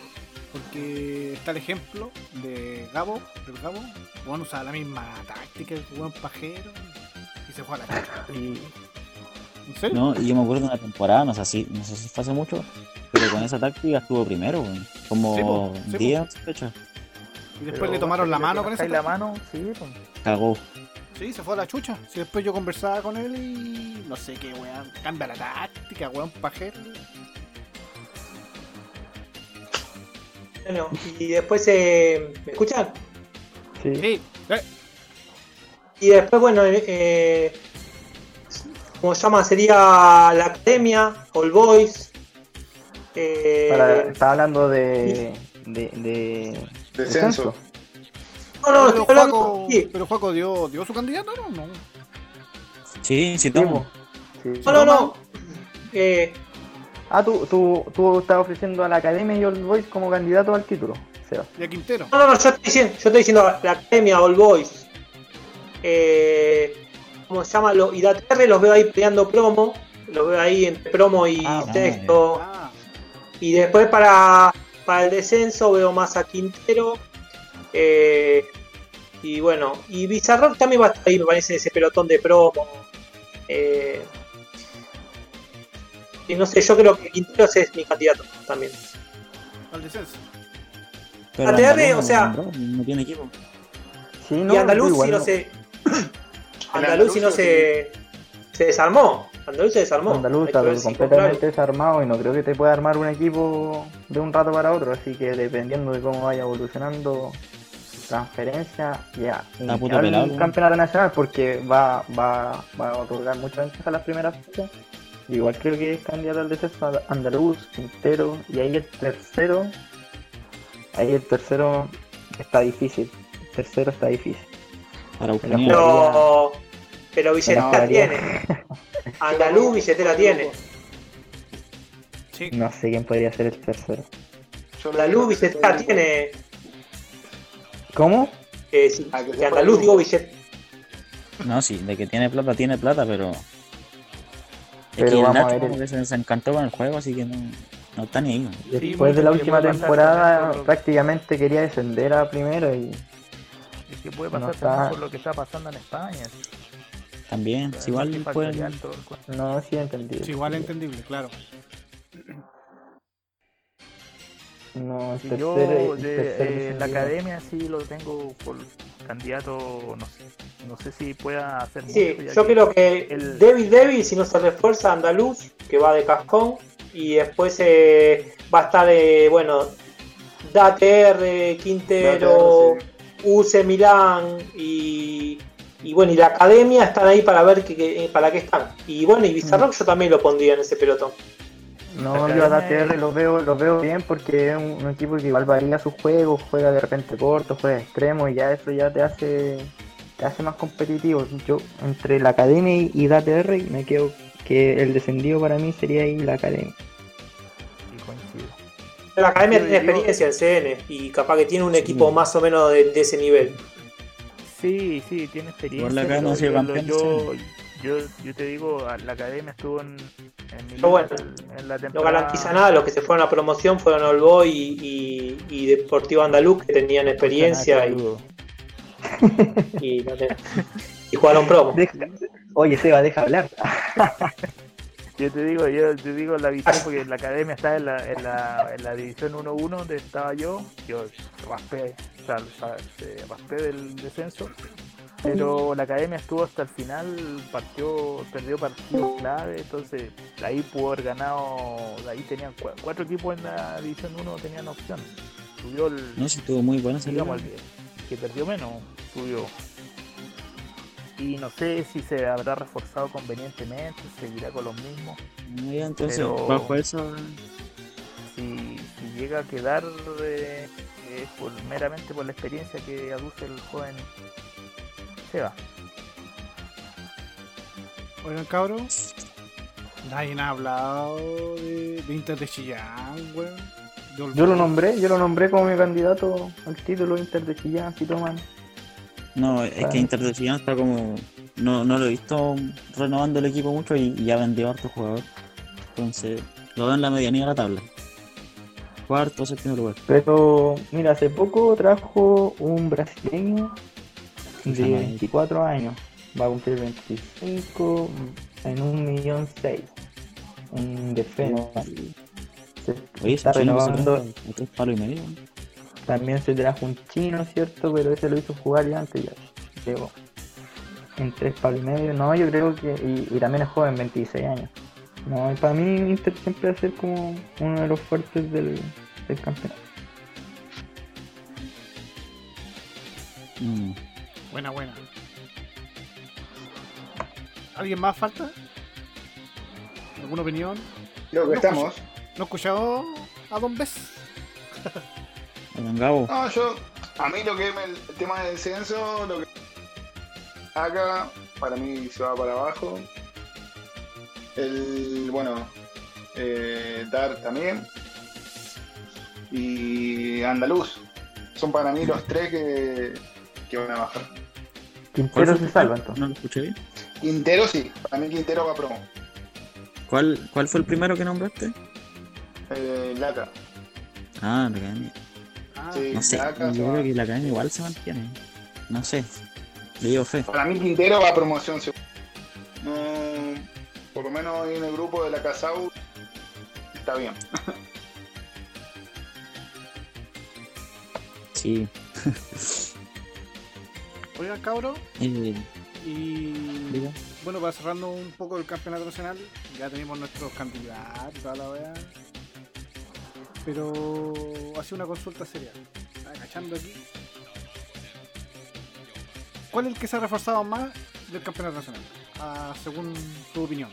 S6: Porque está el ejemplo de Gabo, del Gabo. Juan usaba la misma táctica, el un pajero. Y se juega la chucha.
S9: Y-
S6: ¿En serio?
S3: No, y yo me acuerdo de una temporada, no sé si, no sé si fue hace mucho, pero con esa táctica estuvo primero, weón.
S6: Sí, po,
S3: Como
S6: sí, po.
S3: 10 fechas.
S6: y después
S9: pero
S6: le tomaron la
S9: le
S6: mano con esa
S9: cortáis la
S6: táctica.
S9: mano, sí, pues.
S3: Cagó.
S6: Sí, se fue a la chucha. Si después yo conversaba con él y. No sé qué, weón. Cambia la táctica, weón, pajero.
S2: Bueno, y después, eh, ¿me escuchan?
S6: Sí. eh,
S2: Y después, bueno, eh, eh, ¿cómo se llama? Sería la academia, All Boys. eh,
S7: Para- está hablando de. de. de.
S8: Descenso.
S2: no, no,
S6: pero,
S2: estoy hablando-
S6: Juaco,
S2: sí.
S6: pero Juaco dio, dio su candidato, ¿no? No.
S3: Sí, sí,
S7: descenso.
S3: tomo.
S7: Sí.
S2: No, no, no. Eh,
S7: Ah, tú, tú, tú estás ofreciendo a la academia y Old Boys como candidato al título, Seba.
S6: Y a Quintero.
S2: no, no, no, yo estoy diciendo, yo estoy diciendo la academia, All Boys. Eh, ¿Cómo se llama? Lo- Y Daterre los veo ahí peleando promo. Los veo ahí entre promo y
S3: Ah,
S2: texto.
S6: Ah,
S2: Y después para, para el descenso veo más a Quintero. eh, y bueno, y Bizarro también va a estar ahí, me parece, en ese pelotón de promo. Eh, y no sé, yo creo que Quintero es mi candidato también.
S6: Al descenso.
S3: Pero
S2: ATR,
S3: Andaluz
S2: o sea-
S3: No, no tiene equipo.
S7: Sí,
S2: y Andaluz
S7: igual
S2: si no,
S7: no.
S2: se. Andaluz si no se. Se desarmó. Andaluz se desarmó.
S7: Andaluz
S2: Hay que
S7: está
S2: ver si pues,
S7: completamente
S2: comprarlo.
S7: desarmado y no creo que te pueda armar un equipo de un rato para otro, así que dependiendo de cómo vaya evolucionando su transferencia, ya
S3: Está puto
S7: iniciar
S3: pelado,
S7: un
S3: ¿no?
S7: campeonato nacional porque va, va, va a otorgar mucha ventaja a las primeras fechas. Igual creo que es candidato al descenso And- Andaluz, Quintero, y ahí el tercero, ahí el tercero está difícil, el tercero está difícil.
S3: Araucanía.
S7: Pero-
S2: Pero. Pero billetera
S7: No,
S2: tiene. Andaluz billetera tiene.
S6: Sí.
S7: No sé quién podría ser el tercero.
S8: Yo lo
S2: Andaluz
S8: digo que se
S2: billetera
S8: puede-
S2: tiene.
S7: ¿Cómo?
S2: Eh, sí,
S8: Ah, que se
S2: que
S8: fue
S2: Andaluz
S8: el
S2: digo billetera.
S3: No, sí, de que tiene plata, tiene plata, pero.
S7: Pero
S3: es que el
S7: vamos a
S3: Nacho
S7: ver el-
S3: como que se desencantó con el juego, así que no, no está ni ahí. güey.
S7: Después de la última temporada prácticamente quería descender a primero y
S9: Es que puede
S7: No
S9: pasar
S7: está-
S9: también por lo que está pasando en España. Es
S3: También, si Pues igual
S9: multifactorial
S3: pueden.
S9: todo el cuento.
S7: no sí entendí.
S6: Sí, igual entendible, claro.
S7: No, el
S9: Si yo
S7: tercero, el
S9: de-
S7: tercero
S9: eh, la
S7: descendido.
S9: academia sí lo tengo por candidato, no sé, no sé si pueda hacer
S2: Sí,
S9: mucho, ya
S2: yo
S9: que
S2: creo que
S9: el-
S2: David Davis, si no se refuerza, Andaluz, que va de cascón, y después eh, va a estar, eh, bueno, Dater, Quintero,
S8: Va a tener,
S2: UC Milán y, y bueno, y la academia están ahí para ver que, que- eh, para qué están. Y bueno, y Bizarrock
S9: Mm.
S2: yo también lo pondría en ese pelotón.
S7: No,
S9: La
S7: yo a la
S9: academia-
S7: TR los veo, los veo bien porque es un, un equipo que igual varía sus juegos, juega de repente corto, juega extremo y ya eso ya te hace te hace más competitivo. Yo entre la academia y- y la TR me quedo que el descendido para mí sería ahí la academia.
S9: y coincido.
S2: La academia
S9: Yo
S2: tiene
S9: digo-
S2: experiencia en CN y capaz que tiene un equipo
S9: Mm.
S2: más o menos de, de ese nivel.
S9: Sí, sí, tiene experiencia.
S3: Igual la
S9: pero
S3: academia ha sido
S9: yo-
S3: campeón,
S9: yo, yo, yo te digo, a- la academia estuvo en, en, mi-
S2: Pero bueno,
S9: en la temporada.
S2: No garantiza
S7: Ah.
S2: nada, los que se fueron a promoción fueron Olboy y, y, y Deportivo Andaluz, que tenían experiencia y, y, no sé, y jugaron promo.
S7: Deja- Oye Seba, deja hablar.
S9: Yo te digo, yo te digo la visión porque la academia está en la, en la, en la división 1-1 donde estaba yo. Yo raspé, o sea, sa- se- raspé del descenso. Pero la academia estuvo hasta el final, partió, perdió partidos clave, entonces de ahí pudo haber ganado, de ahí tenían cua- cuatro equipos en la división 1 tenían opción. Subió el,
S3: No, si estuvo muy buena esa liga.
S9: digamos, el que, el que perdió menos, subió. Y no sé si se habrá reforzado convenientemente, seguirá con los mismos.
S3: No, ya, entonces,
S9: Pero-
S3: bajo eso.
S9: Si, si llega a quedar, eh, es por, meramente por la experiencia que aduce el joven Seba.
S6: Oigan, cabros. Nadie ha hablado de, de Inter de Chillán, weón. De Olmedo.
S7: Yo lo nombré, yo lo nombré como mi candidato al título Inter de Chillán, si toman.
S3: No, es que Inter de Chillán está como. No, no lo he visto renovando el equipo mucho y y ya vendió harto jugador. Entonces, lo veo en la medianía de la tabla. Cuarto, séptimo lugar.
S7: Pero mira, hace poco trajo un brasileño de
S3: Llama-
S7: 24 años. Va a cumplir 25 en un millón seis. Un defensa. Se
S3: Oye,
S7: está
S3: ese chino que se
S7: renovando.
S3: trajo a tres palos y medio.
S7: También se trajo un chino, ¿cierto? Pero ese lo hizo jugar ya antes ya. Llegó. En tres palos y medio. No, yo creo que. Y, y también es joven, 26 años. No, y para mí Inter siempre va a ser como uno de los fuertes del, del campeonato.
S3: Mm.
S6: Buena, buena. ¿Alguien más falta? ¿Alguna opinión?
S8: Creo que estamos.
S6: ¿No he escuchado a Don Bess?
S3: Oigan, Gabo,
S8: No, yo. A mí lo que me, el tema del descenso, lo que. Acá, para mí se va para abajo. El. Bueno. eh, Dar también. Y Andaluz. Son para mí los tres que, que van a bajar.
S3: ¿cuál
S7: Quintero
S3: fue
S7: se
S3: tu-
S7: salva entonces.
S3: No lo escuché bien.
S8: Quintero sí, para mí Quintero va promo.
S3: ¿Cuál, ¿Cuál fue el primero que nombraste?
S8: Eh, Laca.
S3: Ah, la caña.
S8: Ah,
S3: No sé.
S8: Laca se
S3: Yo
S8: va.
S3: creo que la caña igual se mantiene. No sé. Le llevo fe.
S8: Para mí Quintero va a promoción segura. No, por lo menos ahí en el grupo de la Casau está bien.
S3: Sí.
S6: Oigan, cabros,
S3: Eh,
S6: y
S3: diga.
S6: Bueno, para cerrando un poco el campeonato nacional, ya tenemos nuestros candidatos, toda la weá. Pero hace una consulta seria. Agachando aquí. ¿Cuál es el que se ha reforzado más del campeonato nacional? Ah, según tu opinión.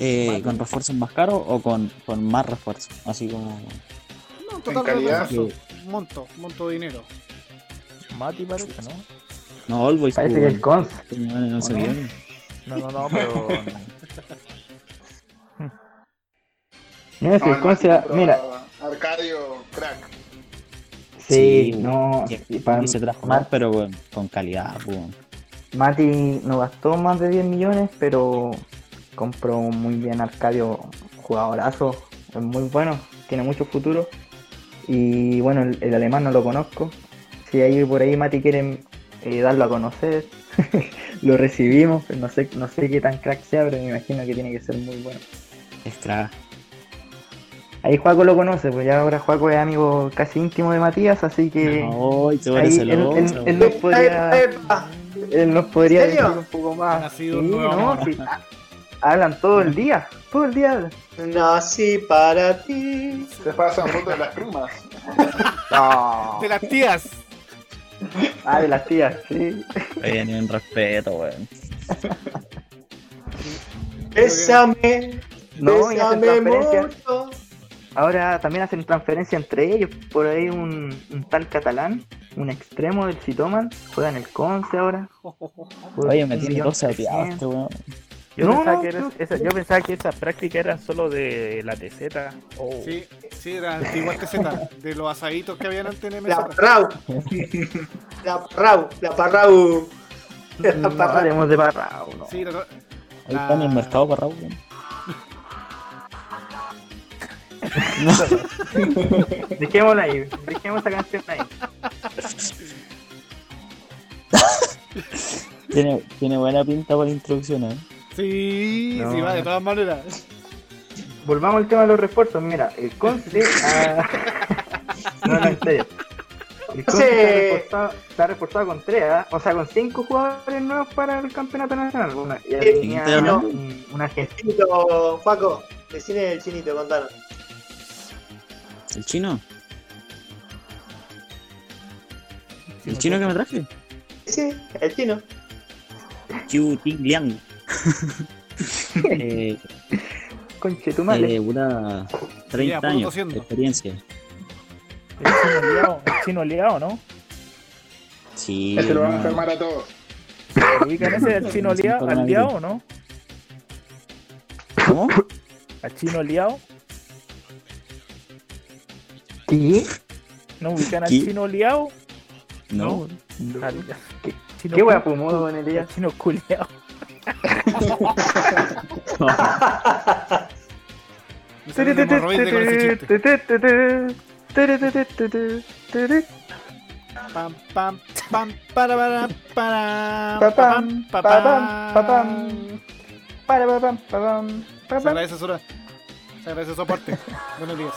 S3: Eh, ¿Con refuerzos más caros o con, con más refuerzos? Así como.
S6: No, en total
S8: calidad?
S6: refuerzo, monto, monto de dinero.
S9: Mati parece, ¿no?
S3: No, Always.
S7: Parece que el Cons.
S3: Este No se
S7: ¿o no?
S3: vio.
S9: No, no, no, pero.
S7: Mira, si
S8: No,
S7: el
S8: no,
S7: Cons
S8: sí,
S7: era-
S8: pero
S7: Mira,
S8: Arcadio, crack.
S7: sí,
S3: Sí,
S7: no.
S3: Y-
S7: sí, para
S3: y se trajo
S7: Mat-
S3: más, pero con, con calidad. pues.
S7: Mati no gastó más de 10 millones, pero compró muy bien a Arcadio, jugadorazo, es muy bueno, tiene mucho futuro. Y bueno, el, el alemán no lo conozco. Si ahí por ahí Mati quieren eh, darlo a conocer, lo recibimos, pero no sé, no sé qué tan crack sea, pero me imagino que tiene que ser muy bueno.
S3: Es crack.
S7: Ahí Juaco lo conoce, pues ya ahora Juaco es amigo casi íntimo de Matías, así que
S3: Ay, te
S7: ahí
S3: parece
S7: él, él-
S3: celoso.
S7: él
S2: pues.
S7: nos podría...
S2: ¡Epa!
S7: Él nos podría
S2: ¿En serio?
S7: decir un poco más.
S6: Nacido
S7: Sí,
S6: nuevo.
S7: no, sí, ha- Hablan todo el día, todo el día hablan.
S2: Nací para ti.
S8: Se pasan fotos de las primas.
S7: No.
S6: De las tías.
S3: Oh.
S7: Ah, de las tías, sí.
S3: Oye, ni un respeto, weón.
S2: Bésame.
S7: No, y hacen
S2: bésame
S7: transferencias.
S2: mucho.
S7: Ahora también hacen transferencia entre ellos. Por ahí un, un tal catalán, un extremo del Citoman, juega en el Conce ahora. Por
S3: Oye, me
S7: un
S3: tiene
S7: millón
S3: 12
S7: trescientos.
S3: apiados este weón.
S9: Yo,
S7: No,
S9: pensaba
S7: no,
S9: que eras-
S7: no.
S9: esa- yo pensaba que esas prácticas eran solo de la TZ. Oh.
S6: Sí, sí, de las antiguas TZ, de los asaditos que habían antes en
S2: La
S6: MSR.
S2: parrau. La parrau. La parrau. La
S7: No
S2: parrau.
S7: hablemos de Barrao, no.
S6: Sí, la-
S3: Ahí está en el
S6: Ah.
S3: mercado para weón.
S7: Dejémosla ahí, dejemos esa canción ahí.
S3: Tiene, tiene buena pinta para la introducción, ¿eh?
S6: sí,
S7: No.
S6: sí, va, de todas maneras.
S7: Volvamos al tema de los refuerzos. Mira, el Conce. ah, No, no, en serio. El Conce
S2: Sí.
S7: está, reforzado, está reforzado con tres, ¿ah? o sea, con cinco jugadores nuevos para el campeonato nacional. Bueno, ya
S2: Sí,
S7: tenía
S3: pero-
S7: un, un argentino.
S2: Chinito, Juaco. Decime del chinito, contanos.
S3: ¿El chino? ¿El chino que me traje?
S2: Sí, el chino.
S3: Qiu Ting Liang. eh,
S7: Conchetumale.
S3: eh, puta, 30
S6: puro
S3: años
S6: tosiendo.
S3: de experiencia.
S9: El chino liado, el chino liado, ¿no?
S3: Sí.
S8: Ese lo van a
S3: no.
S8: enfermar a todos.
S9: ¿Lo ubican ese al chino
S3: Sí,
S9: liado, al
S3: coronavirus.
S9: liado, ¿no?
S3: ¿Cómo?
S9: Al chino liado.
S7: ¿Qué?
S9: ¿No ubican al
S3: ¿Qué?
S9: chino liado?
S3: No.
S9: Al, chino
S7: ¿Qué
S9: cul-
S7: wea fumó en el día?
S9: al chino culiao.
S6: Me salió un hemorroide con ese chiste. Pam, pam, pam, para, para, para,
S7: Pa,
S6: pam,
S7: pam,
S6: pa,
S7: pa,
S6: pam.
S7: pam, pa, pam. Para, pa, pam, pa, pam, pa,
S6: Se
S7: pam.
S6: agradece su, se agradece su aporte. Buenos días.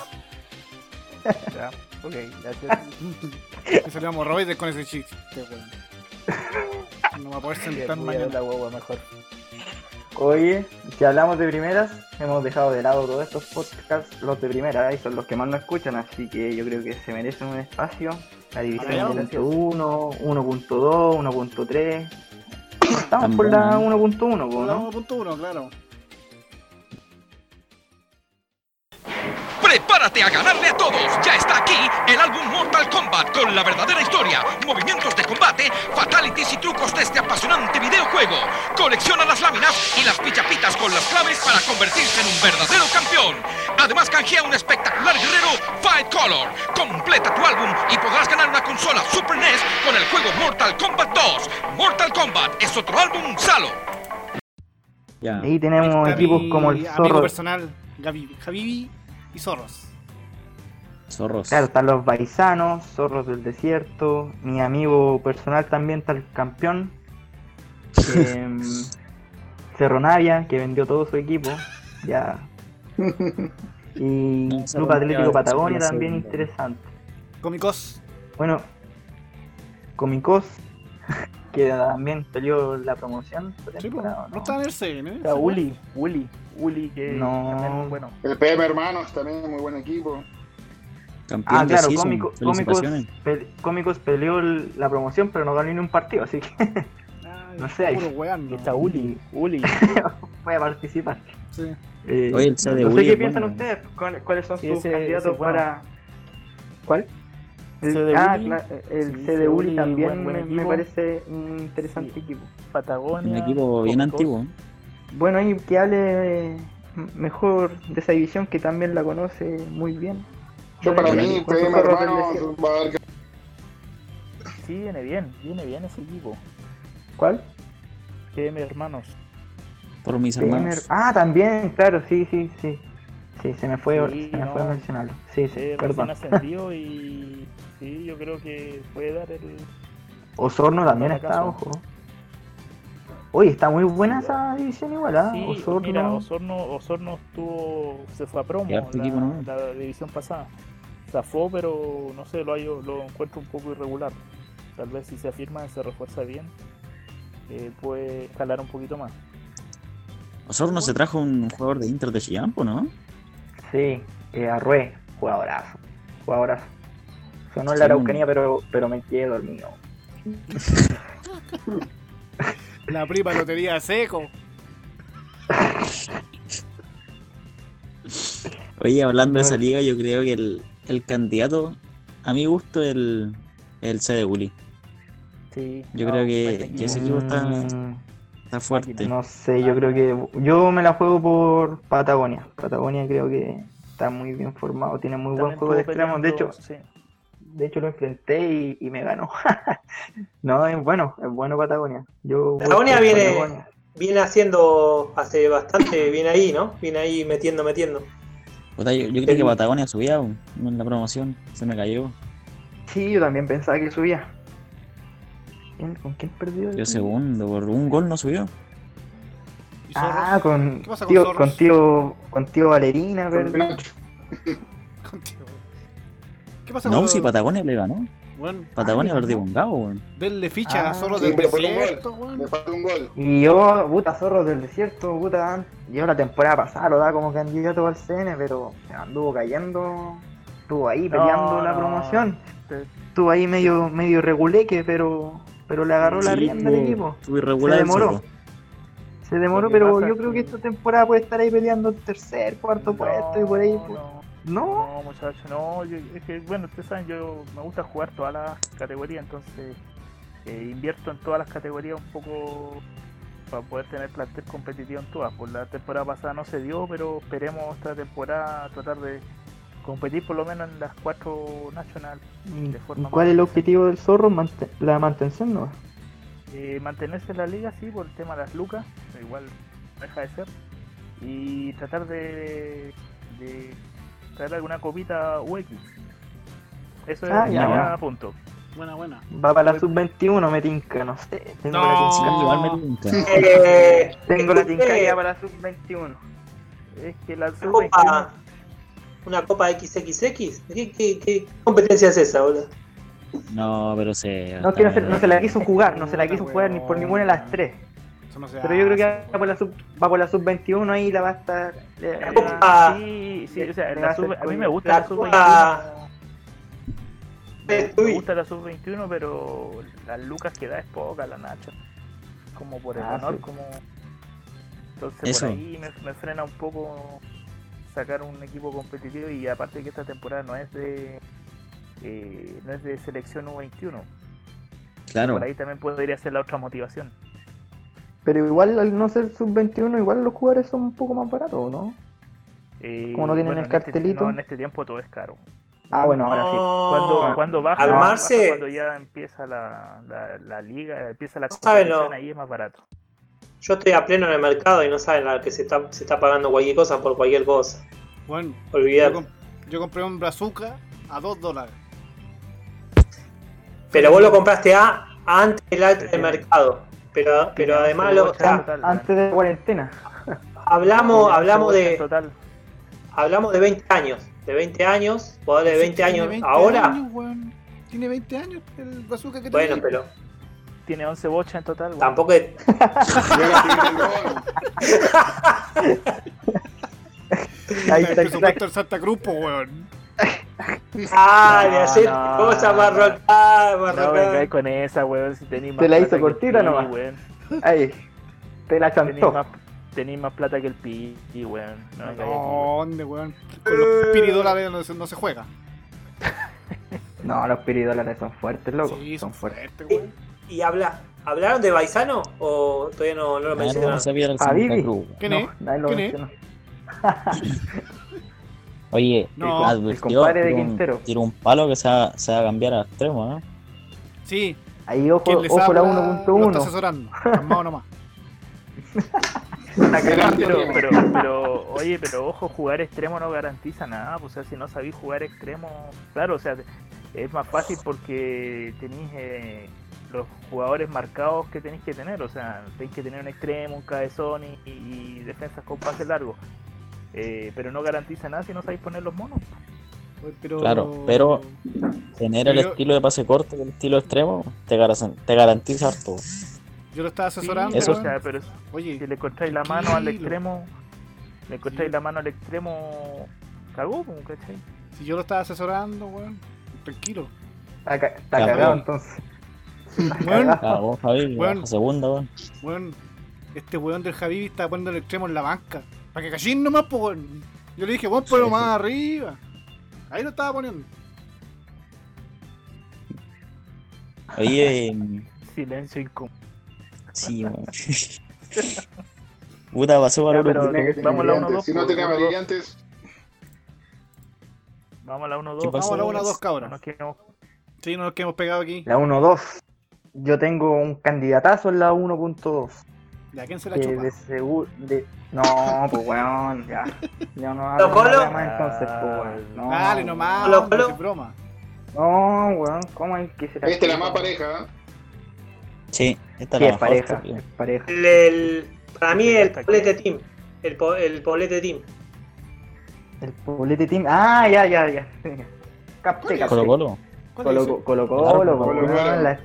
S9: Ya, ok, gracias.
S6: Me salió hemorroides con ese chiste, weón. No va a poder sentar
S9: Voy a ver
S6: mañana.
S9: la guagua mejor.
S7: Oye, si hablamos de primeras, hemos dejado de lado todos estos podcasts, los de primera, y son los que más nos escuchan, así que yo creo que se merecen un espacio. La división
S9: Adiós.
S7: 1.1, 1.2, 1.3. Estamos
S3: Tan
S7: por la
S3: buena.
S7: 1.1, po, ¿no?
S6: Hablamos punto uno, claro.
S11: Prepárate a ganarle a todos. Ya está aquí el álbum Mortal Kombat con la verdadera historia, movimientos de combate, fatalities y trucos de este apasionante videojuego. Colecciona las láminas y las pichapitas con las claves para convertirse en un verdadero campeón. Además canjea un espectacular guerrero Fight Color. Completa tu álbum y podrás ganar una consola Super NES con el juego Mortal Kombat 2. Mortal Kombat es otro álbum salo.
S3: Ya.
S7: Ahí tenemos
S6: Está
S7: equipos
S6: mi
S7: como el
S6: Amigo
S7: Zorro,
S6: personal. Gavi- Javivi y Zorros.
S3: Zorros.
S7: Claro, están los baisanos, zorros del desierto, mi amigo personal también está el campeón, em, Cerro Navia, que vendió todo su equipo, ya. Y
S3: No, Cerro
S7: Club Atlético
S3: Navia,
S7: Patagonia
S3: sí, sí,
S7: también
S3: sí.
S7: interesante.
S6: Cómicos.
S7: Bueno, Comicos, que también salió la promoción. esta
S6: Sí, pues,
S7: temporada,
S6: no está en el CN, ¿eh?
S9: Está Uli, Uli, Uli, que
S7: No.
S9: también es bueno.
S8: El PM Hermanos también, muy buen equipo.
S3: Campeón
S7: Ah,
S3: de
S7: claro,
S3: season.
S7: cómico, cómicos,
S3: Felicitaciones.
S7: pe- cómicos peleó el- la promoción, pero no ganó ni un partido, así que
S6: Ay,
S7: No sé, ahí.
S6: Puro weón,
S9: Que
S6: ¿no?
S9: Está Uli, Uli.
S7: voy a participar.
S6: Sí.
S7: Eh,
S3: Oye, el CD
S7: no sé
S3: Uli
S7: qué
S3: es
S7: piensan
S3: bueno.
S7: ustedes, ¿cuál- cuáles son
S9: Sí,
S7: sus
S9: ese-
S7: candidatos
S9: ese es bueno.
S7: para.
S9: ¿Cuál?
S7: El,
S9: CD
S7: ah,
S9: Uli.
S7: cla- el
S9: Sí,
S7: CD Uli
S9: Uli,
S7: también
S9: buen- buen
S7: me- me
S9: equipo.
S7: parece un interesante
S9: Sí.
S7: equipo.
S9: Patagonia.
S3: Un equipo bien
S9: Comicos.
S3: antiguo. ¿eh?
S7: Bueno, y que hable eh, m- mejor de esa división que también la conoce muy bien.
S8: Yo para mí,
S7: Con sus
S8: PM
S7: zorros del
S8: Hermanos
S7: desierto.
S8: va a dar que-
S9: Sí, viene bien, viene bien ese equipo.
S7: ¿Cuál?
S9: GM hermanos.
S3: Por mis
S7: Temer-
S3: hermanos.
S7: Ah, también, claro, sí, sí, sí. Sí, se me fue,
S9: Sí,
S7: se me fue
S9: no.
S7: mencionarlo. Sí, sí,
S9: Eh, recién
S7: perdón.
S9: ascendido y sí, yo creo que puede dar el.
S7: Osorno también
S9: Para
S7: está,
S9: caso.
S7: ojo. Oye, está muy buena esa división igual, ¿ah?
S9: Sí,
S7: Osorno.
S9: mira, Osorno, Osorno estuvo, se fue a promo
S3: Qué harto
S9: la,
S3: equipo, ¿no?
S9: la división pasada. Zafó, pero no sé, lo, hay- lo encuentro un poco irregular. Tal vez si se afirma, se refuerza bien, eh, puede escalar un poquito más.
S3: Osorno se trajo un jugador de Inter de Chillampo, ¿no?
S7: Sí, eh, Arrué, jugadorazo. Jugadorazo. Sonó en
S3: Sí.
S7: la Araucanía, pero, pero me quedé dormido.
S6: La prima lotería seco.
S3: Oye, hablando de
S7: Bueno.
S3: esa liga, yo creo que el, el candidato, a mi gusto, el, el CD Uli.
S9: Sí,
S3: Yo
S9: no,
S3: creo que,
S9: perfecto.
S3: que ese equipo está,
S7: Mm,
S3: está fuerte.
S7: No sé, yo creo que. Yo me la juego por Patagonia. Patagonia creo que está muy bien formado, tiene muy buen
S9: También
S7: juego de
S9: estuvo
S7: extremos. De hecho,
S9: peleando, sí.
S7: de hecho lo enfrenté y, y me ganó. no, es bueno, es bueno Patagonia. Yo voy
S2: Patagonia
S7: por
S2: viene- Viene haciendo hace bastante, viene ahí, ¿no? Viene ahí metiendo, metiendo.
S3: O sea, yo, yo creo que
S7: el-
S3: Patagonia subía weón, en la promoción. Se me cayó.
S7: Sí, yo también pensaba que subía. ¿Quién- ¿Con quién perdió?
S3: Yo segundo, por un gol no subió.
S6: Y Zorros.
S7: Ah, con
S6: ¿Qué pasa con
S7: tío,
S6: Zorros?
S7: con tío, con tío Valerina, ¿verdad?
S8: Nacho.
S6: Contigo. ¿Qué pasa
S3: No,
S6: con
S3: si Patagonia le ganó.
S6: Bueno,
S3: Patagonia perdió con Gabo, weón.
S6: denle ficha a
S7: Ah,
S6: Zorros
S8: sí,
S6: del
S8: pero fue un gol.
S6: desierto, weón.
S8: Le falta un gol.
S7: Y yo, puta, zorros del desierto, puta, yo la temporada pasada lo daba como candidato al CN, pero se anduvo cayendo, estuvo ahí peleando
S9: No,
S7: la
S9: no.
S7: promoción, estuvo ahí medio, medio reguleque, pero, pero le agarró la
S3: Sí,
S7: rienda al equipo.
S3: Estuvo irregular
S7: Se
S3: el
S7: demoró.
S3: Cerro.
S7: Se demoró,
S9: Lo que
S7: pero
S9: pasa
S7: yo
S9: es
S7: creo que
S9: que-
S7: esta temporada puede estar ahí peleando tercer, cuarto puesto y por ahí. pues.
S9: no.
S7: No,
S9: No, muchachos, no, yo- es que bueno, ustedes saben, yo me gusta jugar todas las categorías, entonces eh, invierto en todas las categorías un poco para poder tener plantel competitivo en todas. Por la temporada pasada no se dio, pero esperemos esta temporada tratar de competir por lo menos en las cuatro nacional, de
S7: ¿Y
S9: forma
S7: ¿Cuál es el
S9: más-
S7: objetivo del zorro? Mante- la mantención, ¿no?
S9: Eh, mantenerse en la liga, sí, por el tema de las lucas, pero igual no deja de ser. Y tratar de, de traer alguna copita UX. Eso
S7: Ah,
S9: es
S7: ya,
S9: ya,
S7: ya.
S9: punto.
S6: Buena, buena.
S7: Va para la sub-21, me tinca, no sé. Tengo
S6: No.
S7: la
S3: Sí,
S7: tinca.
S3: igual me tinca.
S2: Eh,
S7: Tengo la
S2: escuché
S7: tincaría para sub-21.
S9: Es que la
S2: una
S9: sub
S2: copa, una copa XXX. ¿Qué, qué, qué competencia es esa, boludo?
S3: No, pero se.
S7: No, es que no se, no se la quiso jugar, no se la quiso jugar ni por ninguna de las tres.
S6: Eso no se
S7: Pero yo creo que
S6: hace,
S7: va por la sub, va por la sub-21 ahí la va a estar. eh, le- le va-
S2: Copa.
S9: Sí, sí, o sea,
S7: Le
S9: la
S7: va a hacer
S9: sub- a mí
S7: coño.
S9: me gusta
S2: La
S9: la sub
S2: copa-
S9: 21.
S2: Eh,
S9: Me gusta la sub-21, pero las lucas que da es poca la Nacha. Como por el
S7: Ah,
S9: honor,
S7: sí.
S9: como. Entonces
S3: Eso.
S9: por ahí me, me frena un poco sacar un equipo competitivo y aparte que esta temporada no es de. eh, no es de selección U21.
S2: Ah,
S3: Claro.
S9: Por ahí también podría ser la otra motivación.
S7: Pero igual al no ser sub-21, igual los jugadores son un poco más baratos, ¿no?
S9: Eh,
S7: Como no tienen el
S9: en este-
S7: cartelito.
S9: no, en este tiempo todo es caro.
S7: Ah, bueno, ahora sí.
S2: No.
S9: cuando, cuando baja,
S2: Armarse-
S9: baja cuando ya empieza la, la, la liga, empieza la
S2: No saben lo-
S9: competición, ahí es más barato.
S2: Yo estoy a pleno en el mercado y no saben la que se está, se está pagando cualquier cosa por cualquier cosa.
S6: Bueno,
S2: Olvidar.
S6: Yo, comp- yo compré un bazooka a 2 dólares.
S2: Pero vos lo compraste a antes del alta del mercado. Pero, pero además lo, o sea,
S7: Antes de la cuarentena.
S2: hablamos,
S9: Tenía
S2: hablamos
S9: cebolla en
S2: de
S9: Total.
S2: hablamos de 20 años. De 20 años, jugadores de 20
S6: Tiene
S2: años ahora.
S6: años, weón. Tiene 20 años el bazooka que
S2: Bueno,
S6: tenía.
S2: pero
S9: Tiene 11 bochas en total. weón.
S2: tampoco es-
S7: Ahí
S6: El
S7: está,
S6: presupuesto del Santa Cruz, po, weón.
S2: Ah, de
S9: No,
S2: hacer
S9: no,
S2: cosas
S9: no,
S2: más
S9: no.
S2: rocadas, más
S9: No vengáis
S2: rocadas.
S9: con esa, weón. Si tenéis más
S7: Te la
S9: plata
S7: hizo
S9: que el
S7: cortita
S9: pi,
S7: nomás.
S9: weón.
S7: ahí. Te la
S9: Tenéis
S7: chantó.
S9: más, tenéis más plata que el pi, weón. No, vengáis aquí, weón.
S6: No, ¿dónde, weón? Con los piridólares no, se- no se juega.
S7: No, los piridólares son fuertes, loco.
S6: Sí,
S7: son fuertes.
S6: weón.
S2: ¿Y habla, hablaron de Baisano o todavía no, no lo
S3: Claro,
S2: mencionaron?
S3: vamos a ver al
S7: A
S3: Santa
S7: Vivi.
S3: Cruz, weón.
S6: ¿Quién
S7: No,
S6: es?
S7: nadie lo
S6: ¿Quién es?
S7: mencionó.
S3: Oye,
S6: No,
S7: el compadre de
S3: tiró un-
S7: Quintero.
S3: tiró un palo que se va, se va a cambiar a extremo, ¿no?
S6: Sí,
S7: Ahí, ojo,
S6: quien les
S7: ojo
S6: habla
S7: la
S6: lo está
S7: 1.1.
S6: asesorando. Calmado nomás.
S7: Una cagada,
S9: Pero,
S7: pero-
S9: pero, pero, oye, pero ojo, jugar extremo no garantiza nada. pues, O sea, si no sabéis jugar extremo, claro, o sea, es más fácil porque tenéis eh, los jugadores marcados que tenéis que tener. O sea, tenéis que tener un extremo, un cabezón y, y- y defensas con pase largo. Eh, pero no garantiza nada si no sabéis poner los monos.
S6: Oye, Pero...
S3: Claro, pero- Tener el
S6: Yo-
S3: estilo de pase corto y el estilo extremo te, garan- te garantiza harto.
S6: Yo lo estaba asesorando.
S3: eso
S9: o
S6: weón.
S9: sea, pero si
S6: Oye,
S9: le encontráis la mano al
S6: Tranquilo.
S9: extremo, le encontráis
S6: Sí.
S9: la mano al extremo, cagó, pues, ¿cachai?
S6: si yo lo estaba asesorando, weón. Tranquilo.
S7: Está ca- está
S3: Ya,
S7: cagado
S3: weón.
S7: entonces.
S6: Weón,
S3: Ah, vos, Javi,
S6: Bueno.
S3: baja segunda, weón.
S6: weón. Este weón del Javi está poniendo el extremo en la banca. Para que cachín nomás, po, weón. Yo le dije, weón, ponlo
S3: Sí,
S6: más
S3: sí.
S6: arriba. Ahí lo estaba poniendo.
S3: Oye, em,
S9: Silencio incómodo.
S3: sí, weón. Puta, pasó para
S9: Ya,
S3: el
S9: pero-
S3: grupo.
S8: Tiene que tener
S9: Vamos a la
S8: brillantes.
S9: 1-2,
S8: Si no
S9: pues,
S8: tenía
S9: 1-2.
S8: brillantes,
S9: Vamos a la 1-2.
S3: ¿Qué pasó?
S6: Vamos a la 1
S9: No
S6: 2,
S9: nos
S6: cabros.
S9: quedemos-
S6: Sí, no nos quedamos pegados aquí.
S7: La 1.2. Yo tengo un candidatazo en la 1.2.
S6: ¿De quién se la
S7: Que
S6: chupa?
S7: de seguro. De... No, pues weón, ya. Ya no
S2: ¿Lo
S7: hablo
S2: colo?
S7: nada más entonces, pues
S9: Ah,
S7: weón. No,
S6: Ah, Dale
S7: weón.
S6: nomás,
S2: Lo-
S6: hombre,
S2: lo-
S6: sin broma.
S7: No, weón, ¿cómo es que se la
S8: este es la
S7: chupa,
S8: más
S7: weón?
S8: pareja. ¿eh?
S3: Sí, esta
S7: Sí,
S3: es
S7: es
S3: la
S7: pareja,
S3: mejor.
S7: es pareja.
S2: El, el- para mí el Poblete Team. El, po- el Poblete Team.
S7: El Poblete Team. Ah, ya, ya, ya. Capté, capté.
S3: Colo Colo.
S6: ¿Cuál
S7: Colo
S6: dice?
S7: Colo, Colo,
S3: Claro,
S7: po,
S8: Colo-Colo.
S7: weón, la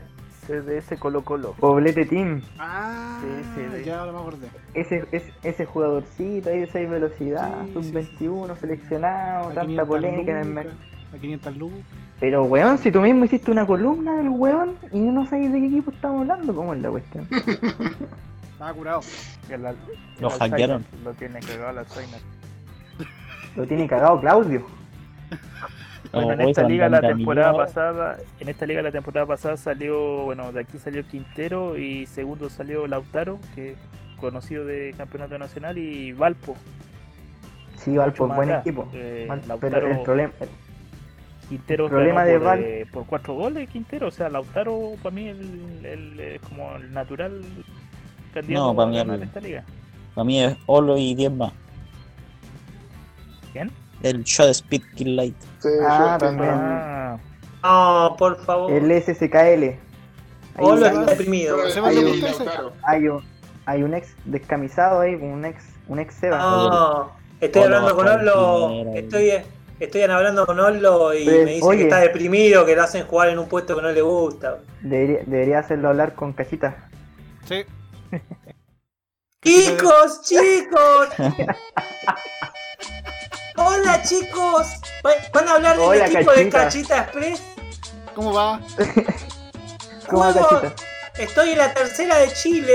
S9: CDS Colo Colo.
S7: Poblete Team.
S6: Ah,
S9: Sí, sí, sí.
S6: ya ahora me acordé.
S7: Ese, ese, ese jugadorcito ahí de 6 velocidad,
S6: Sí, sí,
S7: sub-21, seleccionado,
S6: A
S7: tanta
S6: 500
S7: polémica en el
S6: lucas,
S7: mercado.
S6: A 500 lucas.
S7: Pero, weón, si tú mismo hiciste una columna del weón y no sabes de qué equipo estamos hablando, ¿cómo es la cuestión?
S6: Estaba curado.
S9: El al- el
S3: Lo
S9: Alzheimer,
S3: hackearon.
S9: Lo tiene cagado el Alzheimer.
S7: Lo tiene cagado Claudio.
S9: Bueno, en
S3: Oye,
S9: esta
S3: Van
S9: liga la
S3: Dam-
S9: temporada
S3: Danilo,
S9: pasada, en esta liga la temporada pasada salió, bueno, de aquí salió Quintero y segundo salió Lautaro, que es conocido de campeonato nacional y Valpo.
S7: Sí, Valpo,
S9: mucho más
S7: buen
S9: acá.
S7: equipo.
S9: Eh,
S7: Mal-
S9: Lautaro,
S7: pero el problema,
S9: Quintero
S7: el problema
S9: ganó
S7: de
S9: por,
S7: Val-
S9: eh, por cuatro goles Quintero, o sea, Lautaro para mí el, el, eh, como el natural candidato
S3: No, para mí
S9: a ganar
S3: no.
S9: esta liga.
S3: Para mí es Olo y 10 más.
S9: ¿Quién?
S3: El Shot Speed Kill Light.
S8: Sí,
S7: Ah,
S8: yo estoy-
S7: también.
S9: Ah,
S2: No, por favor.
S7: el SSKL. Ahí
S2: Olo
S7: hay-
S2: está deprimido.
S8: Pero
S6: Se
S8: se
S6: va
S8: va
S6: a
S8: a
S6: lo que usted
S7: hay un, hay un ex descamisado ahí, un ex, un ex Seba.
S2: No, estoy
S3: Olo
S2: hablando con
S3: bajó de
S2: Olo.
S3: primera,
S2: Estoy, estoy hablando con Olo y
S7: Pues,
S2: me dice
S7: oye.
S2: que está deprimido, que lo hacen jugar en un puesto que no le gusta.
S7: Debería, debería hacerlo hablar con cachita.
S6: Sí.
S2: Chicos, chicos. Hola chicos. ¿Va- ¿Van a hablar del
S7: Hola,
S2: equipo de
S7: Cachita.
S2: Cachita Express?
S6: ¿Cómo va?
S7: ¿Cómo va,
S2: Juego-
S7: cachita?
S2: Estoy en la tercera de Chile.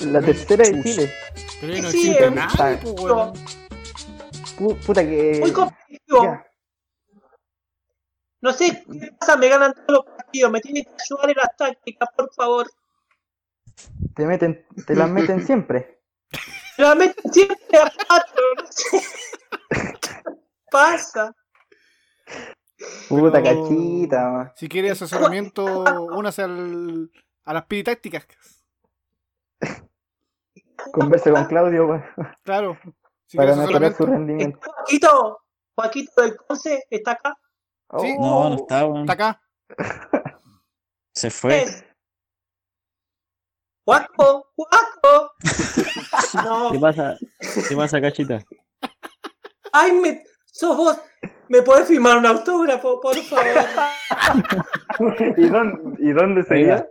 S7: La tercera de Chile.
S6: Pero ahí no
S2: Sí,
S6: existe
S2: es
S6: nadie, po, weón.
S7: Pu- puta que.
S2: Muy competitivo.
S7: ya.
S2: No sé qué pasa, me ganan todos los partidos. Me tienen que ayudar en las tácticas, por favor.
S7: Te meten, te las meten siempre.
S2: La meten siempre a cuatro. No sé qué pasa.
S7: Puta
S6: Pero-
S7: cachita, ma.
S6: Si quiere asesoramiento, únase al, a las piritácticas.
S7: Converse con Claudio weón,
S6: Claro. Si
S7: para
S6: quieres
S7: mejorar su
S6: asesoramiento.
S7: rendimiento.
S2: Joaquito, Joaquito del Conce está acá.
S6: Sí.
S7: Oh.
S3: No,
S2: Oh.
S3: no está, weón.
S6: Está acá.
S3: Se fue.
S2: Es. Juaco, Juaco.
S3: ¿Qué
S2: No,
S3: pasa? ¿Qué pasa, cachita?
S2: ay, me, sos vos. ¿Me podés firmar un autógrafo, por favor?
S7: ¿Y dónde, ¿Y dónde sería?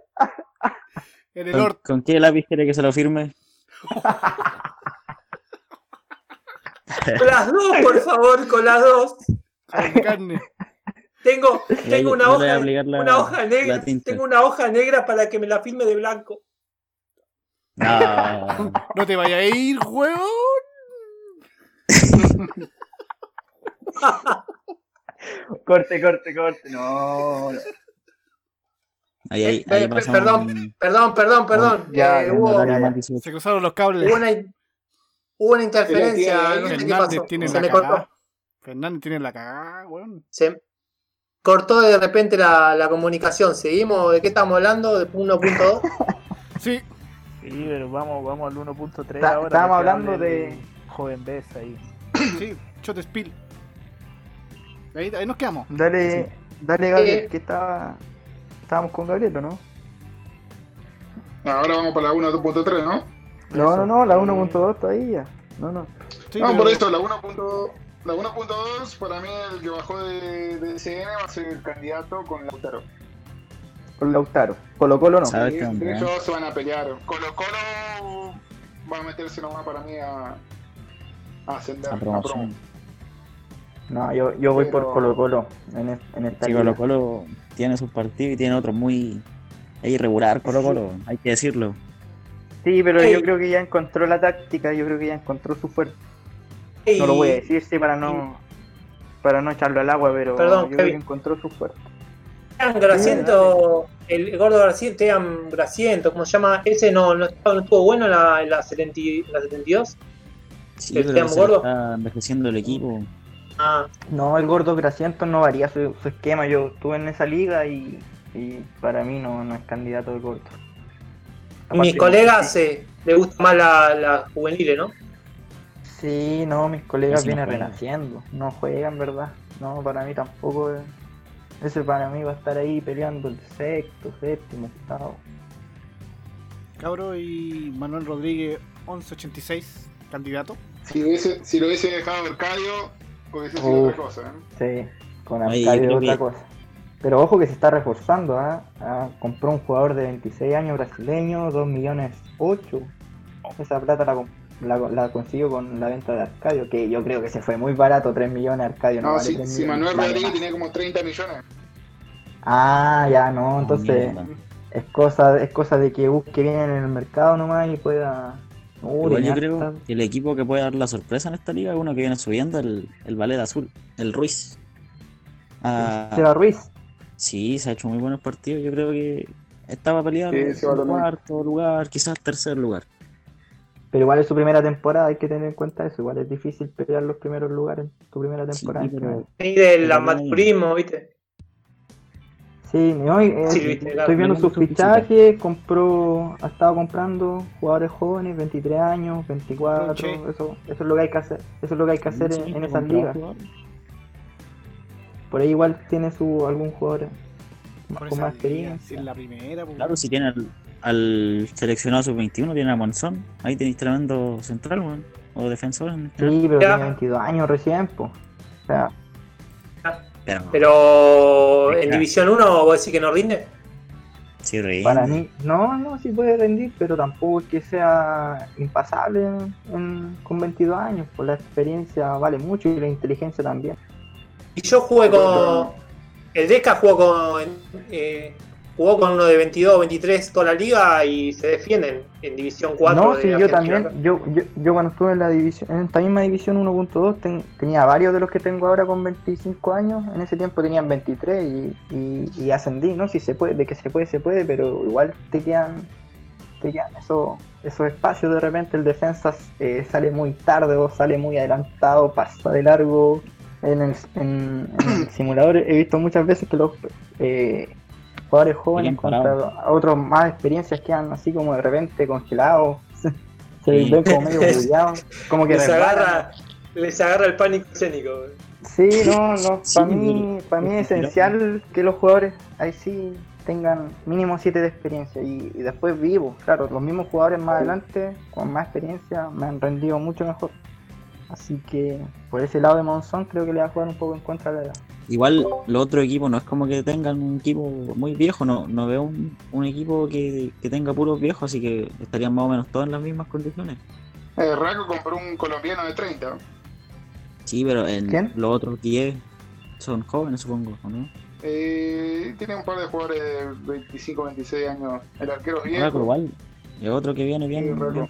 S6: En el
S3: ¿Con,
S6: orto.
S3: con qué lápiz quiere que se lo firme?
S2: Las dos, por favor, con las dos.
S6: Con carne.
S2: Tengo,
S3: Le-
S2: tengo una
S3: le voy a
S2: hoja,
S3: obligar la-
S2: una hoja
S3: la
S2: negra.
S3: tinta.
S2: Tengo una hoja negra para que me la filme de blanco.
S3: No.
S6: No te vayas a ir, weón.
S7: Corte, corte, corte. No. no.
S3: Ahí, ahí,
S2: Eh, eh,
S3: ahí
S2: pe-
S3: pasa
S2: perdón.
S3: un-
S2: Perdón, perdón, perdón.
S7: Ya,
S2: Eh,
S7: ya,
S2: hubo,
S3: un
S2: hubo
S3: horario más difícil.
S6: Se cruzaron los cables.
S2: una, hubo una interferencia. No sé qué
S6: Fernández
S2: pasó.
S6: tiene
S2: Se me
S6: la
S2: cortó.
S6: cagada. Fernández tiene la cagada, weón.
S2: Se cortó de repente la, la comunicación. ¿Seguimos? ¿De qué estamos hablando? ¿De 1.2?
S6: Sí,
S9: Sí, pero vamos, vamos al 1.3
S7: Está-
S9: ahora.
S7: estábamos
S9: que
S7: hablando
S9: hable el
S7: de-
S9: Joven Bess ahí.
S6: sí, shot spill. Ahí, ahí nos quedamos.
S7: Dale, dale Gabriel,
S2: Eh.
S7: que estaba. Estábamos con Gabriel, ¿o no?
S8: Ahora vamos para la 1.3, ¿no?
S7: No, no, no, la 1.2 todavía. No, no.
S6: Sí,
S8: no,
S6: pero-
S8: por esto, la 1.2, la 1.2, para mí el que bajó de, de CN va a ser el candidato con Lautaro.
S7: Con Lautaro. Colo Colo no.
S3: Sabe- ver,
S8: Y
S3: qué
S8: entre
S3: hombre,
S8: ellos se van a pelear. Colo Colo va a meterse nomás para mí a, a ascender.
S3: La
S8: a
S3: promoción.
S7: No, yo, yo voy por
S8: Pero-
S7: Colo Colo en, es- en esta
S3: Sí,
S7: liga.
S3: Colo Colo tiene sus partidos y tiene otros muy es irregular, Colo Colo, hay que decirlo.
S7: Sí, pero
S2: Ey.
S7: yo creo que ya encontró la táctica, yo creo que ya encontró su fuerza. No lo voy a decir, sí, para no para no echarlo al agua, pero
S2: Perdón,
S7: yo creo que
S2: Kevin.
S7: encontró su fuerza.
S2: Gran Graciento, el gordo Graciento, Tean Graciento, ¿cómo se llama? Ese no, no, estaba- no estuvo bueno en la, en la, 70 y- en la 72.
S3: Sí,
S2: ¿El
S3: pero
S2: Team
S3: se le
S2: Gordo?
S3: está envejeciendo el equipo.
S2: Ah,
S7: No, el gordo Graciento no varía su, su esquema. Yo estuve en esa liga y, y para mí no, no es candidato el gordo.
S2: mis
S7: Aparte,
S2: colegas
S7: Sí,
S2: eh, les gusta más la, la juveniles, ¿no?
S7: sí, no, mis colegas
S3: Ese no
S7: vienen
S3: juega.
S7: renaciendo. No juegan, ¿verdad? No, para mí tampoco. eh. Ese para mí va a estar ahí peleando el sexto, séptimo, octavo.
S6: Cabro y Manuel Rodríguez, 1186, candidato.
S8: Si, hubiese- si lo hubiese dejado Mercadio, hubiese sido
S7: Uf.
S8: otra cosa. ¿eh?
S7: Sí, con
S3: Oye,
S7: Arcadio
S3: yo creo
S7: otra
S3: que-
S7: cosa. Pero ojo que se está reforzando, ¿ah? Ah, compró un jugador de 26 años brasileño, 2 millones 8. Esa plata la, com- la, la consiguió con la venta de Arcadio, que yo creo que se fue muy barato, 3 millones Arcadio. No,
S8: No,
S7: vale
S8: si,
S7: 3
S8: si
S7: millones,
S8: Manuel
S7: vale
S8: Rodríguez
S7: más.
S8: tenía como 30 millones.
S7: Ah, ya, no, entonces
S3: Mierda.
S7: es cosa, es cosa de que busque bien en el mercado nomás y pueda... Uh,
S3: Igual yo
S7: tenía
S3: creo
S7: harta-
S3: que el equipo que puede dar la sorpresa en esta liga es uno que viene subiendo, el, el Ballet Azul, el Ruiz. Ah,
S7: Seba Ruiz.
S3: sí, se ha hecho muy buenos partidos, yo creo que estaba peleando
S8: Sí,
S3: en
S8: se va a tomar.
S3: cuarto lugar, quizás tercer lugar.
S7: Pero igual es su primera temporada, hay que tener en cuenta eso. Igual es difícil pelear los primeros lugares en tu primera
S3: Sí,
S7: temporada.
S3: pero-
S2: Y del
S3: Pero-
S2: amaturismo, ¿viste?
S7: Sí, no, y, eh,
S2: Sí, viste, claro,
S7: estoy viendo
S3: viendo
S7: sus
S3: sus
S7: fichajes, compró, ha estado comprando jugadores jóvenes, 23 años, 24,
S6: Che.
S7: eso, eso es lo que hay que hacer, eso es lo que hay que hacer en, en esas ligas. Por ahí igual tiene su algún jugador más-
S6: Por
S7: con
S6: esa
S7: más
S6: liga,
S7: experiencia.
S6: si es la primera, pues,
S3: Claro, si tiene al, al seleccionado sub-21, tiene a Monzón, ahí tenéis tremendo central, weón, o defensor. en este-
S7: Sí, pero
S2: Ya.
S7: tiene 22 años recién, po. O sea,
S3: Pero,
S2: Pero en
S3: Claro.
S2: División 1, ¿vos decís que no rinde?
S3: sí, Ruiz.
S7: para mí, no, no, sí puede rendir, pero tampoco es que sea impasable en- en- con 22 años, pues la experiencia vale mucho y la inteligencia también.
S2: Y yo jugué con. El Deca jugó con. eh, jugó con uno de 22, 23 toda la liga y se defienden en División 4.
S7: No,
S2: de
S7: sí, yo
S2: Argentina.
S7: también. Yo, yo, yo cuando estuve en la división, en esta misma división 1.2 ten- tenía varios de los que tengo ahora con 25 años. En ese tiempo tenían 23 y, y, y ascendí, ¿no? Si se puede, de que se puede, se puede, pero igual te quedan, te quedan esos, esos espacios. De repente el defensa eh, sale muy tarde o sale muy adelantado, pasa de largo. En el, en- en el simulador he visto muchas veces que los eh, jugadores jóvenes
S3: Bien parado.
S7: contra otros más experiencias quedan así como de repente congelados, sin Se ven como medio bugueados, Como que
S2: les,
S7: resbalan.
S2: agarra, les agarra el pánico escénico.
S7: Sí, no, no.
S3: Sí.
S7: Para mí, para mí es esencial que los jugadores ahí sí tengan mínimo 7 de experiencia y, y después vivos. Claro, los mismos jugadores más adelante, con más experiencia, me han rendido mucho mejor. Así que por ese lado de Monzón creo que le va a jugar un poco en contra de la edad.
S3: Igual los otros equipos no es como que tengan un equipo muy viejo, no, no veo un, un equipo que, que tenga puros viejos, así que estarían más o menos todos en las mismas condiciones.
S8: Eh, Raco compró un colombiano de 30.
S3: Sí, pero en
S7: ¿Quién?
S3: los otros 10 son jóvenes, supongo, ¿o ¿no?
S8: Eh, tiene un par de jugadores de 25, 26 años. El arquero
S3: Ahora,
S8: es
S3: pero
S8: viejo.
S3: igual, el otro que viene bien.
S8: Sí, raro.
S3: bien.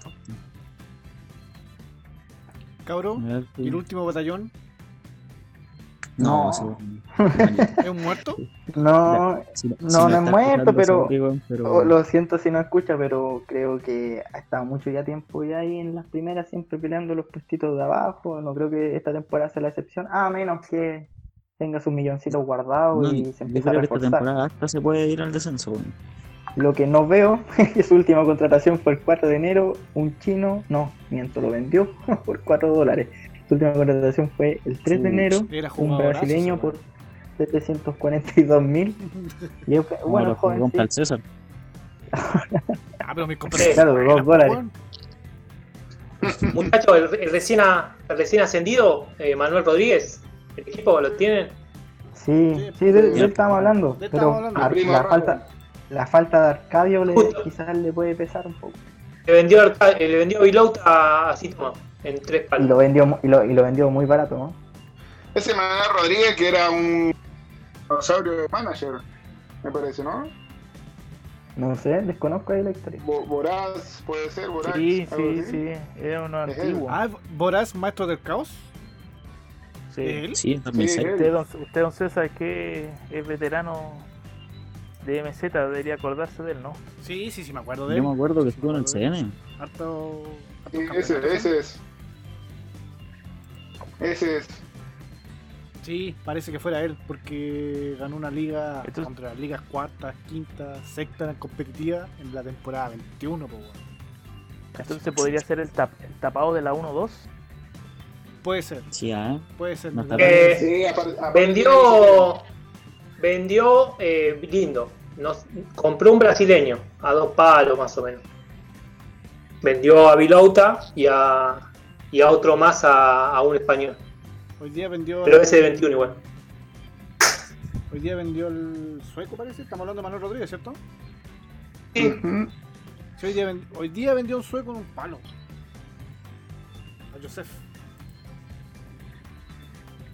S6: Cabro,
S3: A ver si-
S6: ¿y el último batallón
S3: No,
S7: No.
S3: sí,
S6: es un muerto?
S7: No,
S3: sí, sí,
S7: No, no
S3: está
S7: es muerto,
S3: escuchando,
S7: pero-
S3: sí, weón, pero-
S7: o- lo siento si no escucha, pero creo que ha estado mucho ya tiempo ya ahí en las primeras, siempre peleando los puestitos de abajo. No creo que esta temporada sea la excepción, a menos que tenga sus milloncitos guardados
S3: no,
S7: y se
S3: yo
S7: empiece a
S3: creo que esta
S7: reforzar.
S3: temporada hasta se puede ir al descenso. weón.
S7: Lo que no veo es que su última contratación fue el 4 de enero, un chino, no, miento, lo vendió por 4 dólares. Su última contratación fue el 3 de
S3: Sí,
S7: enero,
S6: Era
S7: un
S6: jugador.
S7: brasileño por 742 mil. Y es-
S3: Como
S7: bueno,
S3: los que
S7: joven,
S3: compra el
S7: sí,
S3: César.
S6: Ah, pero mis compañeros.
S7: Claro, dos
S6: buenas,
S7: dólares.
S6: weón.
S2: Muchachos, el, el recién, a- el recién ascendido, eh, Manuel Rodríguez, el equipo lo tienen.
S7: sí, sí, de, de
S3: Ya.
S7: él estábamos hablando,
S6: pues, De él
S7: pero
S6: estábamos hablando,
S7: ar-
S8: primo
S7: la,
S8: Ramos.
S7: falta, la falta de Arcadio le,
S2: Justo.
S7: quizás le puede pesar un poco.
S2: Le vendió, Arca- eh, le vendió Vilouta a, a Sitoma en tres
S7: Y
S2: palos.
S7: lo vendió, mu- y lo, y lo vendió muy barato, ¿no?
S8: Ese Manuel Rodríguez que era un dinosaurio de manager, me parece, ¿no?
S7: No sé, desconozco ahí la historia.
S8: Bo- Voraz, puede ser, Voraz.
S9: Sí,
S8: algo
S9: sí,
S8: así.
S9: sí. Era uno
S8: Es él.
S9: antiguo.
S6: Ah, Boraz, maestro del caos.
S9: Sí.
S6: Él.
S3: Sí, en 2006.
S8: él.
S9: Usted, don, usted, don César, que es veterano de MZ, debería acordarse de él, ¿no?
S6: Sí, sí, sí, me acuerdo de
S3: Yo me
S6: él.
S3: acuerdo que estuvo en el CN.
S6: Harto. harto
S8: Sí,
S6: Ah, campeonato.
S8: ese, ese es. Ese es.
S6: Sí, parece que fuera él, porque ganó una liga
S9: Entonces-
S6: contra las ligas cuartas, quintas, sextas competitivas en la temporada 21, po, weón.
S9: Entonces podría ser el, tap- el tapado de la 1-2.
S6: Puede ser,
S3: Sí, ah, ¿eh?
S6: puede ser.
S3: No
S6: ¿verdad?
S3: está
S2: Eh,
S8: Sí, apar- aparte-
S2: Vendió, vendió eh, lindo. Nos, compró un brasileño a dos palos más o menos. Vendió a Vilouta y a, y a otro más a, a un español.
S6: Hoy día vendió.
S2: Pero
S6: al-
S2: ese de 21 igual.
S6: Hoy día vendió el sueco, parece. Estamos hablando de Manuel Rodríguez, ¿cierto?
S2: Sí,
S8: Ujú.
S6: Sí, hoy día, vend- hoy día vendió un sueco en un palo. A Joseph.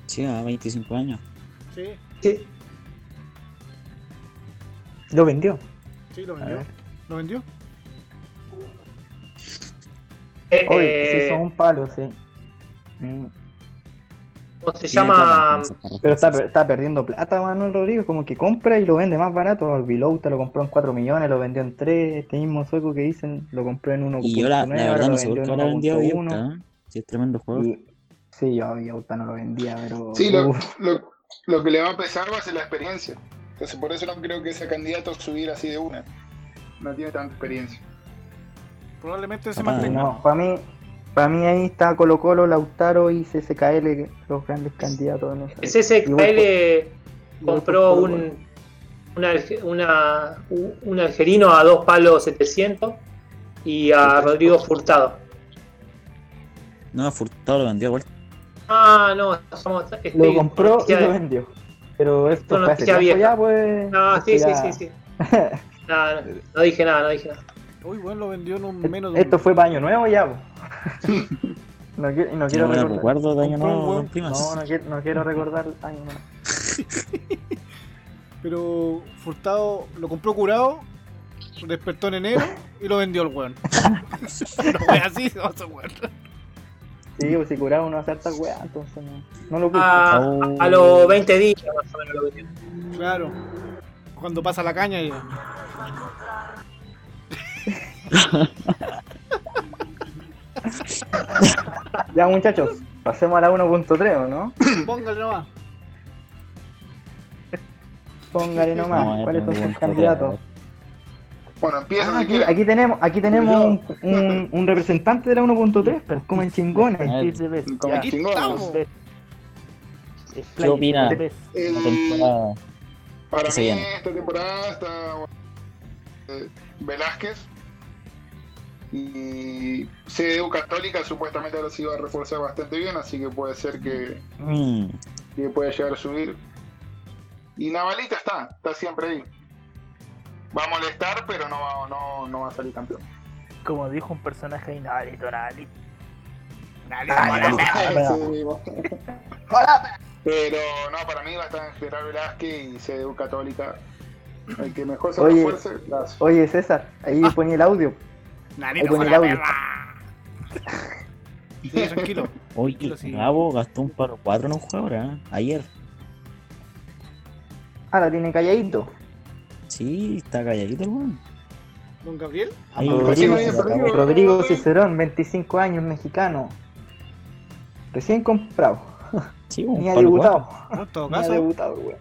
S3: sí, a 25 años.
S6: Sí,
S2: sí.
S7: Lo vendió.
S6: sí, lo
S7: A
S6: vendió.
S7: ver.
S6: ¿Lo vendió?
S2: Eh,
S7: Hoy
S2: eh,
S7: sí son un palo, sí. Mm,
S2: ¿Cómo se
S3: Sí, de
S2: llama? mm,
S3: todas maneras,
S7: Pero está, está perdiendo plata Manuel Rodríguez, como que compra y lo vende más barato. El Vilouta lo compró en 4 millones, lo vendió en 3. Este mismo sueco que dicen lo compró en 1.9.
S3: Y yo la, la verdad no sé por
S7: vendió
S3: qué
S7: en
S3: habrá vendido
S7: 1.1.
S3: Viuta, ¿eh? Sí, es tremendo juego.
S7: Y- Sí, yo a Vilouta no lo vendía, pero.
S8: Sí, lo,
S7: Uf,
S8: lo, lo que le va a pesar va a ser la experiencia. Entonces, por eso no creo que ese candidato subir así de una. No tiene tanta experiencia.
S6: Probablemente se
S3: Papá,
S6: mantenga.
S7: no, para mí. Para mí ahí está Colo Colo, Lautaro y CCKL, los grandes candidatos. En esa-
S2: Es ese
S7: Y voy por-
S2: que
S7: y voy
S2: compró
S7: por Colo-Colo.
S2: un, un, alge- una- un- un algerino a dos palos 700 y a Rodrigo Furtado.
S3: No, Furtado lo vendió a vuelta.
S2: Ah, no, somos- estoy-
S7: Lo compró y
S2: ya-
S7: lo vendió. Pero esto
S2: Son
S7: fue hace
S2: noticias
S7: tiempo
S2: viejas.
S7: ya, pues.
S2: No, sí, sí,
S7: ya-
S2: sí, sí. Nada, no, no dije nada, no dije nada.
S6: Uy, bueno, lo vendió en un menos de un-
S7: Esto fue baño nuevo ya. po. no, qui- no quiero
S3: No me
S7: recordar.
S3: recuerdo de año
S6: Compró un
S3: nuevo,
S6: huevo.
S3: don Primas.
S7: No, no quiero, no quiero recordar año nuevo.
S6: Pero Furtado lo compró curado, lo despertó en enero y lo vendió el weón. no fue así, no, ese weón.
S7: Sí, pues si curaba uno a cierta weá, entonces no, no lo puse.
S6: Ah.
S2: A,
S3: Oh.
S2: Ah, a los 20 días más o menos lo vendió.
S6: Claro. Cuando pasa la caña y.
S7: Ya muchachos, pasemos a la 1.3, ¿o ¿no?
S6: Póngale nomás.
S7: Póngale nomás,
S3: No,
S7: ¿cuáles son
S3: no, eh,
S7: sus
S3: no,
S7: candidatos?
S8: Bueno, empieza
S7: Ah,
S8: si
S7: aquí,
S8: quieres.
S7: aquí tenemos, aquí tenemos un, un- un representante de la 1.3, pues como en chingones.
S3: Ay,
S9: de vez.
S8: Como
S9: ya.
S8: aquí estamos.
S9: Vez. Es
S3: ¿Qué opina?
S9: de vez.
S3: Una
S8: El-
S3: temporada.
S8: Para
S3: que se
S8: mí,
S3: viene.
S8: esta temporada está eh, Velázquez. Y CDU Católica supuestamente ahora sí va a reforzar bastante bien, así que puede ser que,
S3: Mm,
S8: que pueda llegar a subir. Y Navalita está, está siempre ahí. Va a molestar, pero no, va- no, no va a salir campeón.
S9: Como dijo un personaje ahí, Narito, Narito.
S3: Ah,
S8: Sí, mismo. Pero no, para mí va a estar Gerard Velázquez y CDU Católica. El que mejor se
S7: Oye.
S8: refuerce, las...
S7: Oye César, ahí
S9: Ah.
S7: ponía el audio. Ahí ponía el audio.
S6: Sí, tranquilo.
S3: Oye,
S6: Pero sí.
S3: Gabo gastó un paro 4 en un juego ahora, ¿eh? ayer.
S7: Ah, la tiene calladito.
S3: Sí, está calladito el weón.
S6: ¿Don Gabriel?
S3: Ahí,
S7: Rodrigo,
S3: Rodrigo,
S8: sí,
S3: se acabó.
S8: Rodrigo.
S7: Rodrigo Cicerón, 25 años, mexicano. Recién comprado.
S3: Sí, un
S7: Ni ha
S3: palo
S7: debutado.
S6: No, en todo
S7: Ni ha
S6: caso.
S7: debutado, weón.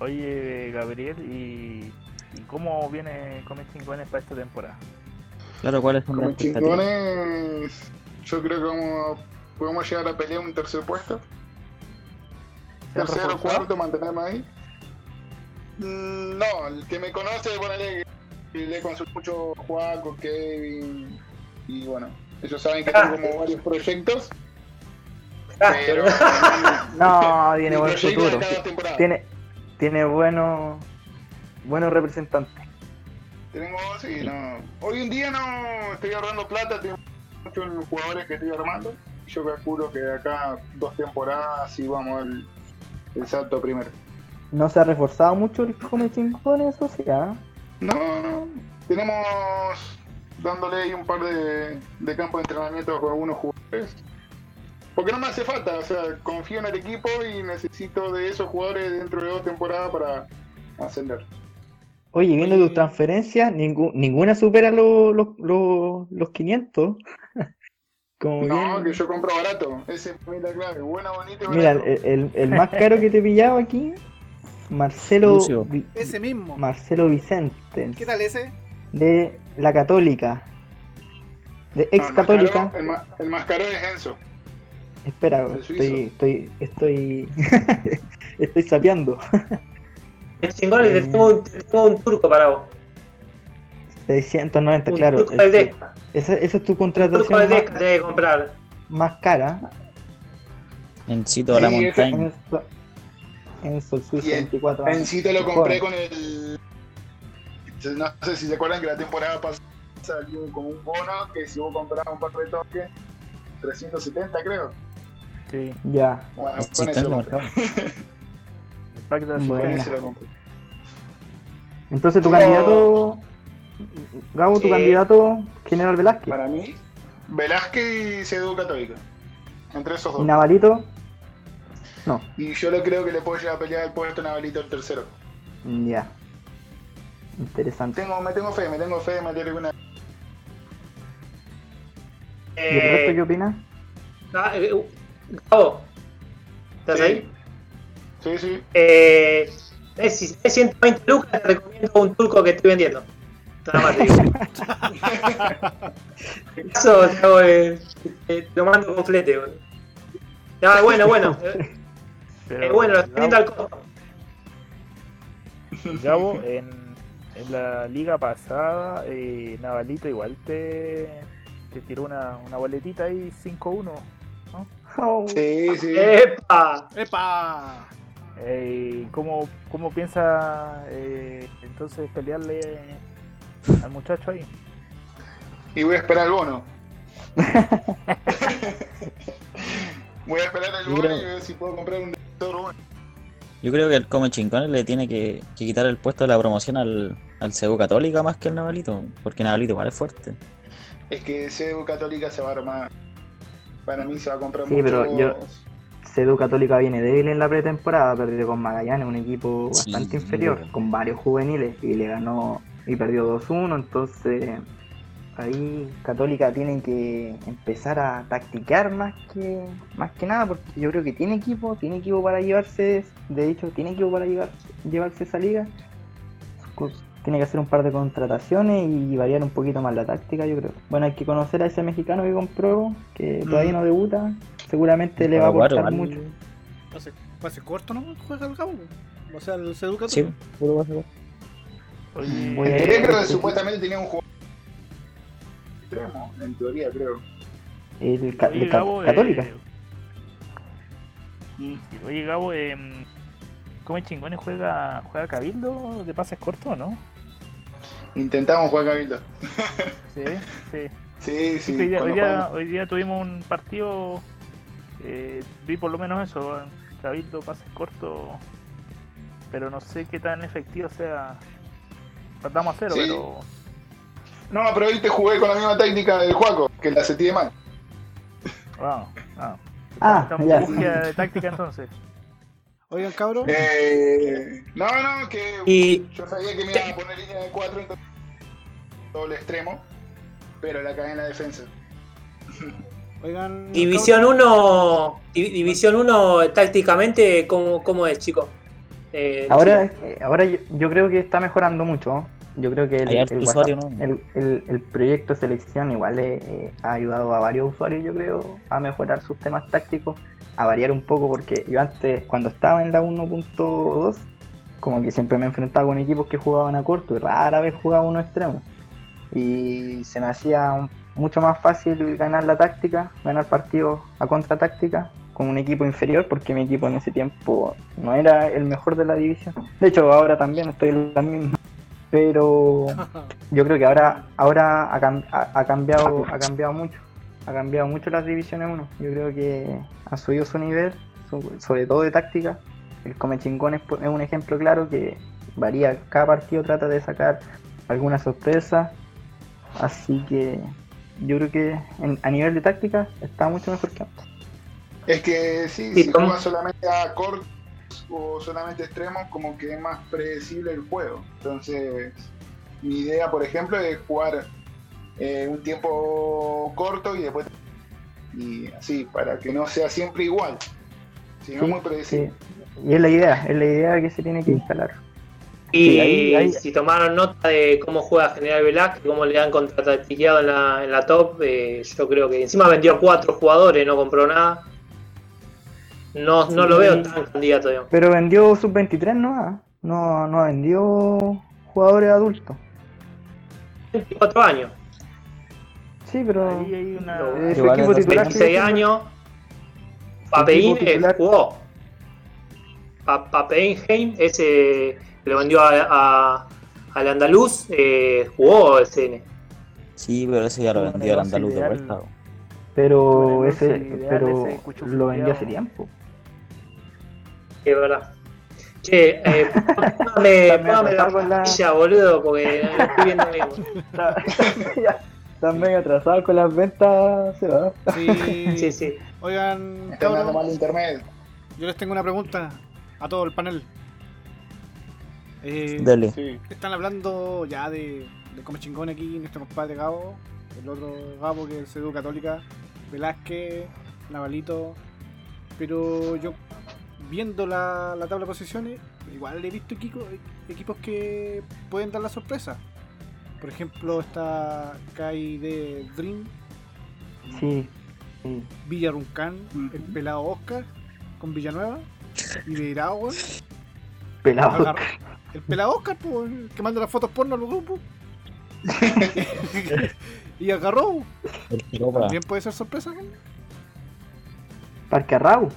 S9: Oye, Gabriel, ¿y, y cómo viene Comen Chingones para esta temporada?
S3: cuatro. Claro, ¿cuál es una
S8: Como
S3: expectativa?
S8: chingones, yo creo que vamos- podemos llegar a pelear un tercer puesto.
S9: ¿Se han
S8: Tercero,
S9: reforzado?
S8: cuarto, mantenerme ahí. Mm, No, el que me conoce, ponele que le consulto mucho a Juaco, Kevin. Y bueno, ellos saben que tengo como varios proyectos.
S9: Ah.
S8: Pero.
S7: No, tiene
S8: mi
S7: buen
S8: proyecto de
S7: futuro.
S8: cada temporada.
S7: Tiene, tiene buenos buenos representantes.
S8: Tenemos, sí, no. Hoy en día no estoy ahorrando plata, tengo muchos jugadores que estoy armando. y Yo calculo que de acá a dos temporadas sí vamos al el salto primero.
S7: No se ha reforzado mucho el Come Chingones, eso sí, ¿ah?
S8: No, no. Tenemos dándole ahí un par de, de campos de entrenamiento con algunos jugadores. Porque no me hace falta, o sea, confío en el equipo y necesito de esos jugadores dentro de dos temporadas para ascender.
S7: Oye, viendo tus transferencias, ningú- ninguna supera los, los, los, los 500. Como
S8: No,
S7: bien-
S8: que yo compro barato. Esa es la clave. Buena, bonita y
S7: Mira, eh,
S8: barato.
S7: el, el- el más caro que te pillaba aquí, Marcelo,
S3: Lucio.
S7: Vi-
S6: Ese mismo.
S7: Marcelo Vicente,
S6: ¿Qué tal ese?
S7: de la Católica, de
S8: No,
S7: ex Católica.
S8: El más, caro, eh, el ma- el más caro es Enzo.
S7: Espera,
S8: el
S7: estoy, estoy, estoy, estoy sapeando.
S2: Es chingón, y te
S7: Eh.
S2: tengo, un- te tengo un turco para vos.
S7: 690,
S2: Un
S7: claro.
S2: turco de
S7: ese-
S2: Deca.
S7: Esa, esa es tu
S2: Un turco de
S7: contratación
S2: Deca
S7: más,
S2: debe comprar.
S7: más cara.
S3: Necesito la
S8: Sí, ese-
S3: montaña.
S7: Enzo, Enzo, el suizo,
S8: Y el-
S7: 24
S3: Ah,
S7: años.
S8: Encito lo compré con el. No sé si se acuerdan que la temporada pasada salió con un bono que si vos comprabas un par de toques, 370 creo.
S9: Sí,
S7: Ya,
S8: Bueno, con
S3: Existe
S8: eso
S3: en el
S8: lo compré.
S3: mercado.
S9: el pack de la
S7: Bueno.
S8: Con
S9: semana.
S8: eso lo compré.
S7: entonces tu
S8: No.
S7: candidato, Gabo,
S2: Eh,
S7: tu
S8: Sí.
S7: candidato, General Velázquez.
S8: Para mí, Velázquez y Sedu Católica. Entre esos
S7: ¿Y
S8: dos.
S7: Navalito? No,
S8: Y yo lo creo que le puedo llegar a pelear al puesto Navalito el tercero.
S7: ya. Interesante.
S8: Tengo, me tengo fe, me tengo fe de meter una.
S7: ¿Y el resto
S2: Eh,
S7: qué opinas?
S2: ah, eh, uh, Gabo, ¿estás
S8: Sí.
S2: ahí?
S8: Sí, sí.
S2: Eh, eh, si es 120 lucas, te recomiendo un turco que estoy vendiendo. Nada más te digo. En caso, te, hago, eh, te- te lo mando con flete. boludo. Ah, bueno, bueno. eh, eh,
S9: Pero,
S2: bueno, lo estoy vendiendo al
S9: Gabo,
S2: costo.
S9: Gabo, en, en la liga pasada, eh, Navalito igual te, te tiró una, una boletita ahí 5-1.
S7: Oh,
S8: Sí, sí.
S2: ¡Epa!
S6: ¡Epa!
S9: Eh, ¿cómo, ¿Cómo piensa eh, entonces pelearle al muchacho ahí?
S8: Y voy a esperar el bono. voy a esperar el bono y ver si puedo comprar un toro bueno.
S3: Yo creo que el Come Chingones le tiene que, que quitar el puesto de la promoción al, al CEU Católica más que al Navalito, porque Navalito igual es fuerte.
S8: Es que CDU Católica se va a armar. Para mí se va a comprar
S7: Sí,
S8: muchos-
S7: pero yo- Sedu Católica viene débil en la pretemporada, perdió con Magallanes, un equipo
S3: Sí.
S7: bastante inferior, con varios juveniles, y le ganó y perdió 2-1, entonces ahí Católica tiene que empezar a tacticar más que más que nada, porque yo creo que tiene equipo, tiene equipo para llevarse, de hecho tiene equipo para llevar- llevarse esa liga. Cu- tiene que hacer un par de contrataciones y variar un poquito más la táctica, yo creo. Bueno, hay que conocer a ese mexicano que compró, que todavía no debuta. Seguramente le va a
S3: Paraguaro,
S7: aportar
S3: ¿vale?
S7: mucho.
S6: Pase, pase corto, ¿no? Juega el Gabo. O sea, el Seduca.
S3: Sí, puro pase corto.
S7: Voy a-
S8: En teoría creo que supuestamente tenía un jugador extremo, en teoría creo.
S7: El ca-
S9: Oye,
S7: de ca-
S9: Gabo, eh,
S7: católica.
S9: Oye, Gabo, eh, ¿cómo el chingones juega, juega Cabildo de pases cortos o no?
S8: Intentamos jugar Cabildo.
S9: Sí, sí.
S8: Sí, sí.
S9: hoy, día, hoy
S8: cuando
S9: día-
S8: jugamos.
S9: hoy día tuvimos un partido, eh, vi por lo menos eso, Cabildo pases cortos, pero no sé qué tan efectivo sea. Faltamos a cero,
S8: Sí.
S9: pero
S8: No, pero hoy te jugué con la misma técnica del Juaco, que la sentí de mal.
S9: wow, ah,
S7: Ah,
S9: estamos en
S7: ya.
S9: búsqueda de táctica entonces.
S6: Oigan, cabrón.
S8: Eh, no, no, que
S2: Y
S8: yo sabía que me iban a poner línea de 4, entonces doble extremo, pero la cagué en la defensa.
S6: Oigan.
S2: División 1, División 1 tácticamente, ¿cómo, cómo es, chicos? Eh,
S7: Ahora, eh, ahora yo, yo creo que está mejorando mucho. ¿no? Yo creo que el,
S3: Hay harto
S7: el
S3: usuario, ¿no?
S7: el, el- el proyecto de selección igual eh, eh, ha ayudado a varios usuarios, yo creo, a mejorar sus temas tácticos, a variar un poco, porque yo antes, cuando estaba en la 1.2, como que siempre me enfrentaba con equipos que jugaban a corto y rara vez jugaba uno extremo. Y se me hacía un- mucho más fácil ganar la táctica, ganar partidos a contratáctica con un equipo inferior, porque mi equipo en ese tiempo no era el mejor de la división. De hecho, ahora también estoy en la misma. Pero yo creo que ahora ahora ha, cam- ha- ha cambiado ha cambiado mucho ha cambiado mucho las divisiones 1 yo creo que ha subido su nivel so- sobre todo de táctica el comechingones es po- es un ejemplo claro que varía cada partido trata de sacar alguna sorpresa así que yo creo que en- a nivel de táctica está mucho mejor que antes
S8: Es que sí,
S2: Sí,
S8: si
S2: Tom.
S8: juegas solamente a cortos o solamente extremos, como que es más predecible el juego. Entonces, mi idea, por ejemplo, es jugar eh, un tiempo corto y después. Y así, para que no sea siempre igual. Si no,
S7: Sí,
S8: muy predecible.
S7: Sí. y es la idea es la idea que se tiene que instalar
S2: Y
S7: Sí, ahí- ahí-
S2: si tomaron nota de cómo juega General Velázquez, cómo le han contratatiqueado en la, en la top, eh, yo creo que encima vendió cuatro jugadores, no compró nada. No, no lo veo tan candidato, digamos.
S7: pero vendió sub 23 no ah. no no vendió jugadores adultos
S2: 24 años,
S7: sí pero
S9: Ahí hay una...
S7: Eh, su
S3: Igual
S7: equipo
S3: en
S7: titular
S2: 26 años. Papeín eh,
S7: titular.
S2: jugó. Pa Papeinheim, ese que lo vendió a, a- al andaluz, eh, jugó ese.
S3: Sí, pero ese ya lo
S9: Bueno,
S3: vendió el
S9: negocio
S3: andaluz de
S9: ideal.
S3: vuelta. bo.
S7: Pero
S9: Bueno,
S7: ese,
S9: entonces, ideal
S7: pero
S9: ese cuchufo
S7: lo vendió hace
S9: culiao.
S7: tiempo.
S2: Que es verdad. Che, eh, póngame,
S7: También
S2: póngame la
S7: atrasado con la-
S2: pastilla, boludo, porque lo estoy viendo mismo.
S7: Están medio atrasados con las ventas, se va.
S6: Sí,
S2: Sí, sí.
S6: Oigan,
S8: Están dando mal
S6: cabrón.
S8: intermedio.
S6: Yo les tengo una pregunta a todo el panel. Eh,
S3: Dale.
S6: Están hablando ya de, de Come Chingón aquí, nuestro compadre Gabo, el otro Gabo que es Edu Católica, Velázquez, Navalito. Pero yo, viendo la, la tabla de posiciones, igual he visto equipo- equipos que pueden dar la sorpresa. Por ejemplo, está Kai de Dream,
S7: Sí, sí.
S6: Villaruncan, el pelado Oscar, con Villanueva, y Beirao, weón.
S7: Pelado.
S6: Agarró- El pelado Oscar, po, el que manda las fotos porno a los grupos. y agarró.
S3: El Quiropa.
S6: También puede ser sorpresa. ¿no?
S7: Parque Arrau.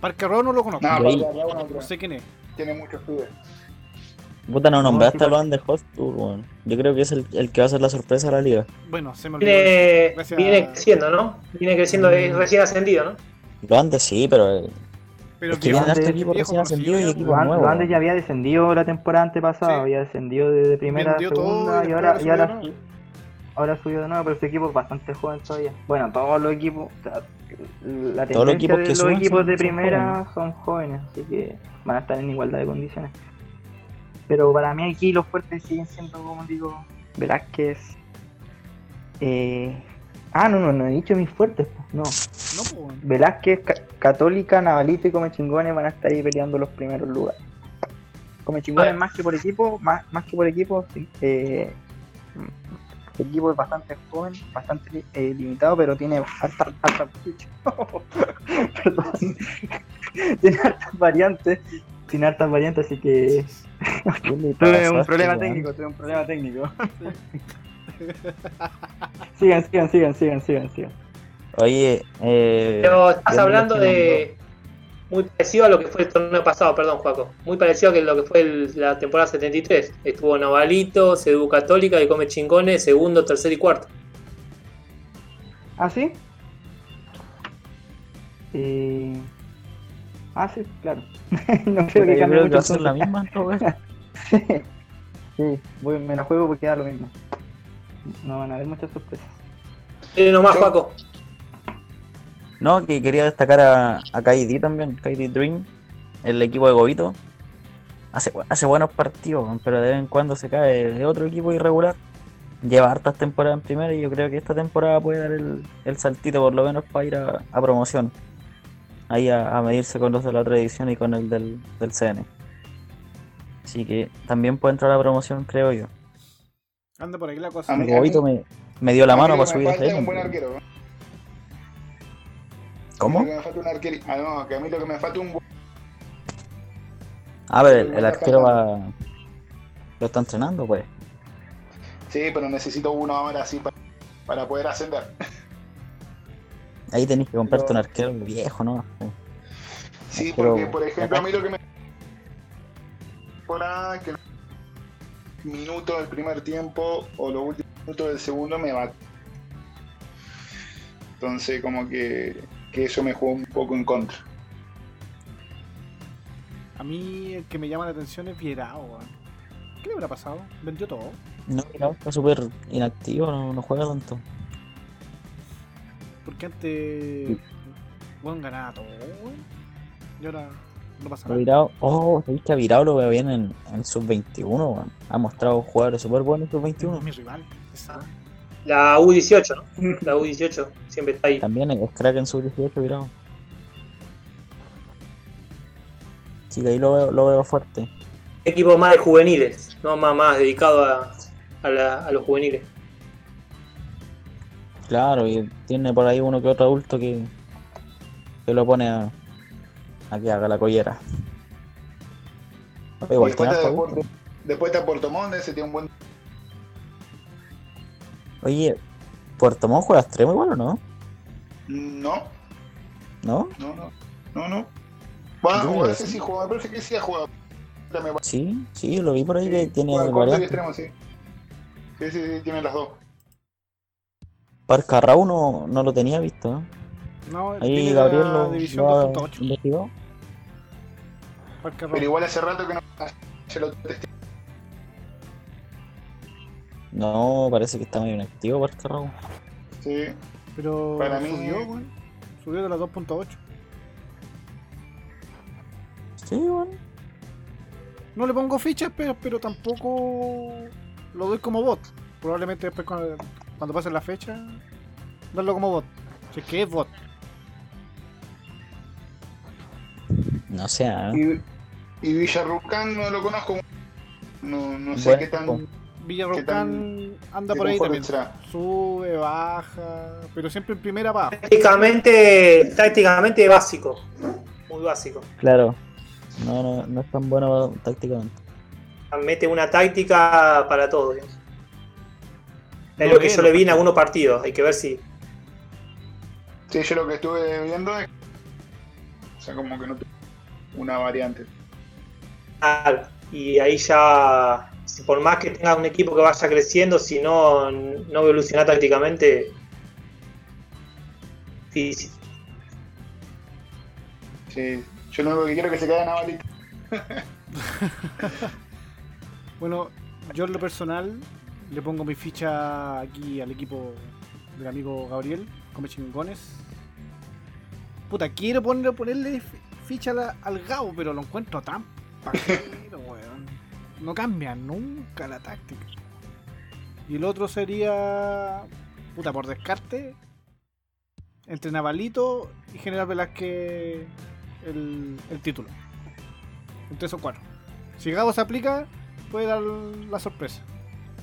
S6: Parque Arrao no lo conozco.
S8: No,
S3: Yo
S8: para
S3: ahí-
S8: allá habrá uno,
S6: No sé quién es.
S8: pero tiene muchos pibes.
S3: Puta, no
S7: sí,
S3: nombraste a
S7: bueno.
S3: Luan de Hostur, weón. Yo creo que es el, el que va a ser la sorpresa de la liga.
S6: Bueno, se me olvidó.
S2: Viene,
S6: Gracias.
S2: viene creciendo, ¿no? Viene creciendo, es recién ascendido, ¿no?
S3: Luan de sí, pero. eh,
S6: Pero
S3: es que
S6: viejo,
S3: viene harto
S7: Luan de-
S3: equipo
S6: viejo
S3: recién ascendido y
S6: conocido,
S3: equipo
S6: Luan-
S3: nuevo.
S7: Lo antes ya había descendido la temporada antepasada,
S6: Sí.
S7: había descendido de primera a
S6: vendió todo
S7: segunda y
S6: después
S7: ahora, y
S6: subió
S7: ahora,
S6: de nuevo.
S7: ahora subió de nuevo, pero su equipo es bastante joven todavía. Bueno, todos los equipos, o sea, la
S3: Todos los
S7: tendencia
S3: equipos
S7: de
S3: que
S7: los
S3: suben
S7: equipos
S3: son-
S7: de
S3: son
S7: primera son jóvenes, así que van a estar en igualdad de condiciones. Pero para mí aquí los fuertes siguen siendo, como digo, Velázquez. Eh... Ah, no, no, no he dicho mis fuertes. po, No,
S6: No, po, weón.
S7: Velázquez, Ca- Católica, Navalito y Comechingones van a estar ahí peleando los primeros lugares. Come chingones más que por equipo, más, más que por equipo, sí, eh, el equipo es bastante joven, bastante eh, limitado, pero tiene harta, harta- perdón. tiene hartas variantes, tiene hartas variantes, así que tuve un problema técnico, tuve un problema técnico. sigan, sigan, sigan, sigan, sigan, sigan.
S3: Oye, eh,
S2: Pero estás
S3: ya
S2: hablando
S3: me
S2: de. Muy parecido a lo que fue el torneo pasado, perdón, Juaco. Muy parecido a que lo que fue el- la temporada 73. Estuvo Navalito, Sedu Católica y Come Chingones, segundo, tercer y cuarto.
S7: ¿Ah, sí? Eh... Ah, sí, claro. no creo que
S3: Yo
S7: cambie
S3: creo que
S7: mucho.
S3: va a ser la
S7: entonces.
S3: misma, ¿no, güey?
S7: Sí, voy, me la juego porque da lo mismo. No van a haber muchas sorpresas.
S2: Tiene nomás, Juaco.
S3: No, que quería destacar a, a KD también, KD Dream, el equipo de Gobito. Hace, hace buenos partidos, weón, pero de vez en cuando se cae de otro equipo irregular. Lleva hartas temporadas en primera y yo creo que esta temporada puede dar el, el saltito por lo menos para ir a, a promoción. Ahí a, a medirse con los de la otra edición y con el del, del CN. Así que también puede entrar a promoción, creo yo.
S6: Anda por ahí la cosa.
S8: A mí-
S3: Gobito me, me dio la
S8: A mí
S3: mano
S8: lo
S3: para
S8: que me
S3: subir
S8: falta
S3: hasta
S8: es un buen
S3: ahí.
S8: arquero. ¿eh?
S3: ¿Cómo?
S8: Lo que me falta un arquero. Ah, no, que a mí lo que me falta es un buen.
S3: A ver, el,
S8: Me
S3: el
S8: está
S3: arquero va. Lo está entrenando, pues.
S8: Sí, pero necesito uno ahora así para, para poder ascender.
S3: Ahí tenés que comprarte
S8: Pero-
S3: un arquero viejo, ¿no?
S8: Sí,
S3: Pero-
S8: porque por ejemplo, a mí lo que me. Temporada que minutos del primer tiempo o los últimos minutos del segundo me va. Entonces, como que, que eso me jugó un poco en contra.
S6: A mí el que me llama la atención es Vierao, weón. ¿Qué le habrá pasado? ¿Vendió todo?
S3: No, mira, está súper inactivo, no, no juega tanto.
S6: Porque antes. Weón ganaba todo, weón. Y ahora no pasa
S3: Ha
S6: nada.
S3: virado. Oh, sabéis que ha virado lo veo bien en, en sub-21, weón. Ha mostrado jugadores súper buenos en
S6: Es
S3: sub-21.
S6: mi rival. esa weón.
S2: La U18, ¿no? La U18 siempre está ahí.
S3: También es crack en sub-18 virado. Así que ahí lo veo, lo veo fuerte.
S2: Equipo más de juveniles, no más, más dedicado a, a la- a los juveniles.
S3: Claro, y tiene por ahí uno que otro adulto que, que lo pone a, a que haga la collera. Oye,
S8: Y
S3: igual
S8: después,
S3: tiene
S8: está
S3: harto
S8: Puerto-
S3: adulto.
S8: después está Puerto Montt, ese tiene un buen.
S3: Oye, ¿Puerto Montt juega extremo igual o no?
S8: No,
S3: ¿No?
S8: no, no. No, no.
S3: Yo
S8: Bueno,
S3: me
S8: jugar,
S3: lo
S8: ese
S3: sé.
S8: sí jugaba, me parece que sí ha jugado. Me parece
S3: Sí, sí, lo vi por ahí que
S8: que
S3: tiene
S8: juega corto y
S3: varias.
S8: extremo, sí. Sí, sí, sí, tiene las dos.
S3: Parca Rau no, no lo tenía visto. ¿eh?
S6: No,
S3: Ahí
S6: tiene la
S3: Gabriel lo,
S6: División
S3: lo ha
S6: 2.8.
S3: investigado.
S6: Parque
S8: Pero
S6: Rojo.
S8: igual hace rato que no se lo testé.
S3: No, parece que está medio inactivo Parca Rau.
S8: Sí.
S6: Pero
S8: Para mí-
S6: subió, weón. Subió de la 2.8.
S3: Sí, bueno.
S6: No le pongo fichas, pero, pero tampoco lo doy como bot. Probablemente después cuando, cuando pase la fecha, darlo como bot. Si es que es bot.
S3: No sé, ¿eh?
S8: Y, y Villarrucán no lo conozco. No, no sé
S3: Bueno,
S8: qué tan.
S3: po.
S6: Villarrocan anda
S8: qué
S6: por
S8: tan
S6: ahí
S8: fuerte
S6: también.
S8: será.
S6: Sube, baja, pero siempre en primera va.
S2: Tácticamente, tácticamente básico, muy básico.
S3: Claro. No, no, no es tan bueno tácticamente.
S2: Mete una táctica para todo. digamos. Es
S6: No
S2: lo que
S6: veo.
S2: yo le vi en algunos partidos, hay que ver si.
S8: Sí, yo lo que estuve viendo es. O sea, como que no tuve una variante.
S2: Ah, Y ahí ya, si por más que tengas un equipo que vaya creciendo, si no, no evoluciona tácticamente, difícil.
S8: Sí. Yo lo único que quiero es que se quede Navalito.
S6: Bueno, yo en lo personal le pongo mi ficha aquí al equipo del amigo Gabriel, come chingones. Puta, quiero poner, ponerle fi- ficha a la- al Gabo, pero lo encuentro tan pajero, weón. No cambia nunca la táctica. Y el otro sería. Puta, por descarte. Entre Navalito y General Velázquez el, el título. Entre esos cuatro. Si Gabo se aplica, puede dar la sorpresa.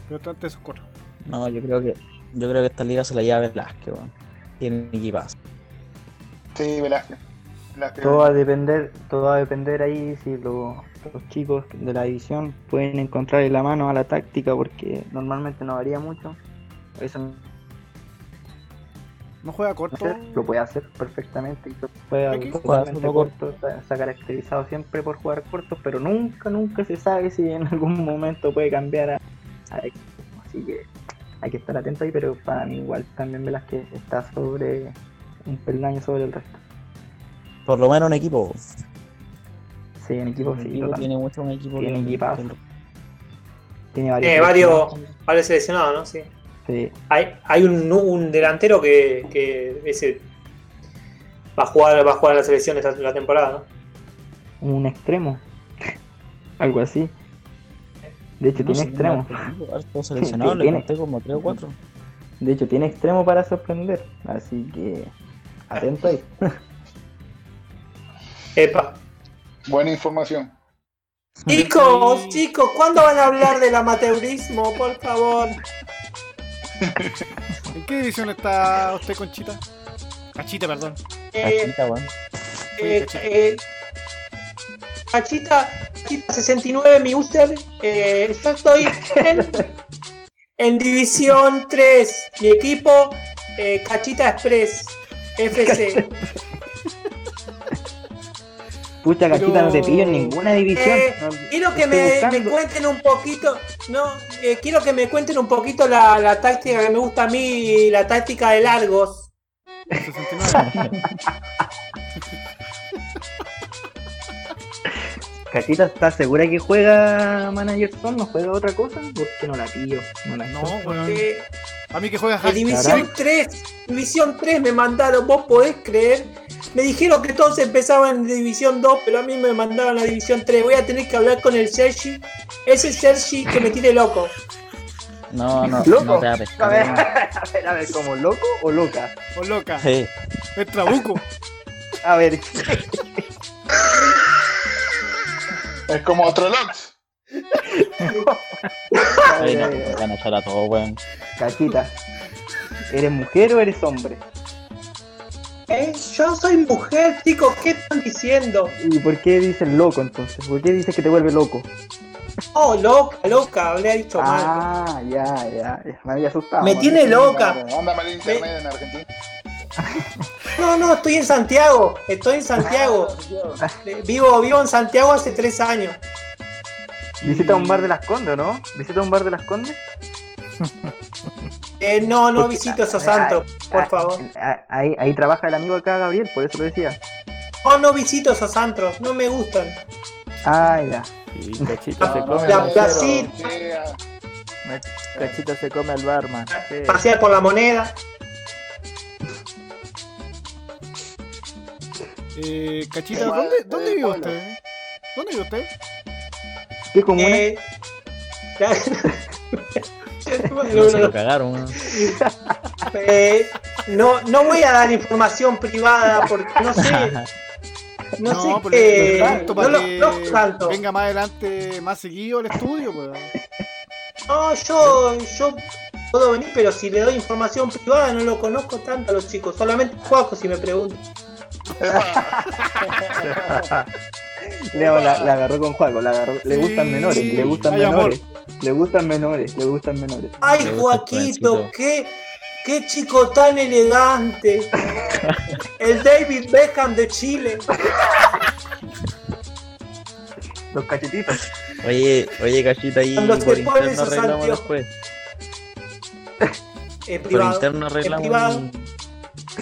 S6: Pero trate esos cuatro.
S3: No, yo creo que yo creo que esta liga se la lleva Velázquez, weón. Tiene equipazo.
S8: Sí, Velázquez. Velázquez.
S7: Todo va a depender, todo va a depender ahí si lo- los chicos de la división pueden encontrarle la mano a la táctica porque normalmente no varía mucho. Eso no
S6: No juega corto.
S7: sé, lo puede hacer perfectamente y puede
S6: Aquí
S7: hacer
S3: juega
S7: totalmente
S3: solo corto.
S7: corto. está- Se ha caracterizado siempre por jugar corto, pero nunca, nunca se sabe si en algún momento puede cambiar a, a extremo. Así que hay que estar atento ahí, pero para mí igual también Velázquez está sobre un peldaño sobre el resto.
S3: Por lo menos un equipo.
S7: Sí, en equipo
S3: Un
S7: sí,
S3: equipo
S7: totalmente.
S3: tiene mucho un equipo.
S7: Tiene
S3: que-
S7: equipazo.
S3: que-
S7: Tiene
S2: Tiene varios, varios seleccionados, ¿no? Sí.
S7: Sí,
S2: Hay, hay un, un delantero que, que ese va a jugar va a jugar a la selección esta la temporada, ¿no?
S7: un extremo. Algo así. De hecho,
S3: no
S7: tiene
S3: sé,
S7: extremo.
S3: harto equipo, harto seleccionado, le
S7: tiene-
S3: conté como 3 o 4.
S7: De hecho, tiene extremo para sorprender. Así que. Atento ahí.
S2: Epa.
S8: Buena información.
S2: Chicos, chicos, ¿cuándo van a hablar del amateurismo? Por favor.
S6: ¿En qué división está usted, Conchita? Cachita, perdón.
S2: Eh,
S3: Cachita, weón.
S2: eh, eh, Cachita, Cachita 69, mi user. eh, yo estoy en, en División 3. Mi equipo, eh, Cachita Express, FC.
S7: Pucha, cachita, no te
S6: Pero-
S7: pillo en ninguna división.
S2: Eh,
S7: No,
S2: Quiero que
S7: estoy
S2: me,
S7: buscando.
S2: me cuenten un poquito, no, eh, quiero que me cuenten un poquito la, la táctica que me gusta a mí, la táctica de largos.
S6: 69.
S7: Cachita, ¿estás segura que juega Manager Son? ¿No juega otra cosa? Porque no la pillo. No la
S6: No,
S7: encuentro.
S6: weón.
S2: Eh,
S6: A mí que juega
S2: de
S6: Hack.
S2: división 3, División 3 me mandaron, vos podés creer. Me dijeron que todos empezaban en División 2, pero a mí me mandaron a División 3. Voy a tener que hablar con el Sergi, ese Sergi que me tiene loco.
S3: No, no,
S7: Loco.
S3: no te va a
S7: A ver,
S3: pescar.
S7: a ver, a ver, ¿como loco o loca?
S6: O oh, loca.
S3: weón. Sí.
S6: Es Trabuco.
S7: A ver,
S8: Es como otro Lux.
S7: a
S3: Ay,
S7: ver,
S3: no,
S7: a ver, a ver.
S3: nos van a echar a todos, weón.
S7: Cachita, ¿eres mujer o eres hombre?
S2: Eh, yo soy mujer, chicos, ¿qué están diciendo?
S7: ¿Y por qué dices loco entonces? ¿Por qué dices que te vuelve loco?
S2: Oh, loca, loca, habré dicho mal.
S7: Ah, ya, ya, ya. Me había asustado.
S2: Me tiene loca.
S8: Anda mal internet en Argentina.
S2: No, no, estoy en Santiago, estoy en Santiago. Eh, Vivo, vivo en Santiago hace tres años.
S7: Visita un bar de las Condes, ¿no? Visita un bar de las Condes.
S2: Eh, no, no visito esos santos, por
S7: Ah,
S2: favor.
S7: ah, Ahí, ahí trabaja el amigo acá, Gabriel, por eso lo decía.
S2: No, Oh, no visito esos santos, no me gustan.
S7: Ah, ya.
S9: Y Cachita se
S8: No, no,
S9: come.
S2: La
S8: no,
S2: placita.
S8: pero, sí, ah,
S9: Cachita se come al barman. Sí.
S2: Pasear por la moneda.
S6: Eh, Cachita,
S8: Igual,
S6: ¿dónde,
S8: eh,
S6: dónde vive
S8: Pablo.
S6: usted? ¿Dónde vive usted?
S7: ¿Qué comuna?
S2: Eh, la-
S3: No se lo cagaron, weón.
S2: Eh, no, no voy a dar información privada porque no sé, no, sé
S6: por
S2: qué.
S6: tanto,
S2: No,
S6: para
S2: los,
S6: que
S2: los santos.
S6: venga más adelante, más seguido al estudio, pues.
S2: No, yo, yo puedo venir, pero si le doy información privada no lo conozco tanto a los chicos. Solamente Juaco si me preguntan.
S7: Leo la, la agarró con Juaco, la agarró. Le
S6: Sí,
S7: gustan menores, le gustan
S6: hay amor.
S7: menores. Le gustan menores, le gustan menores.
S2: Ay,
S3: Me gusta
S2: Joaquito,
S3: Juancito.
S2: qué, qué chico tan elegante. El David Beckham de Chile.
S7: Los cachetitos.
S3: Oye, oye, Cachita ahí
S2: Cuando se
S3: por
S2: pone
S3: interno
S2: esos
S3: arreglamos
S2: anteojos.
S3: después.
S2: Eh,
S3: Por
S2: privado.
S3: interno
S2: privado.
S3: arreglamos un-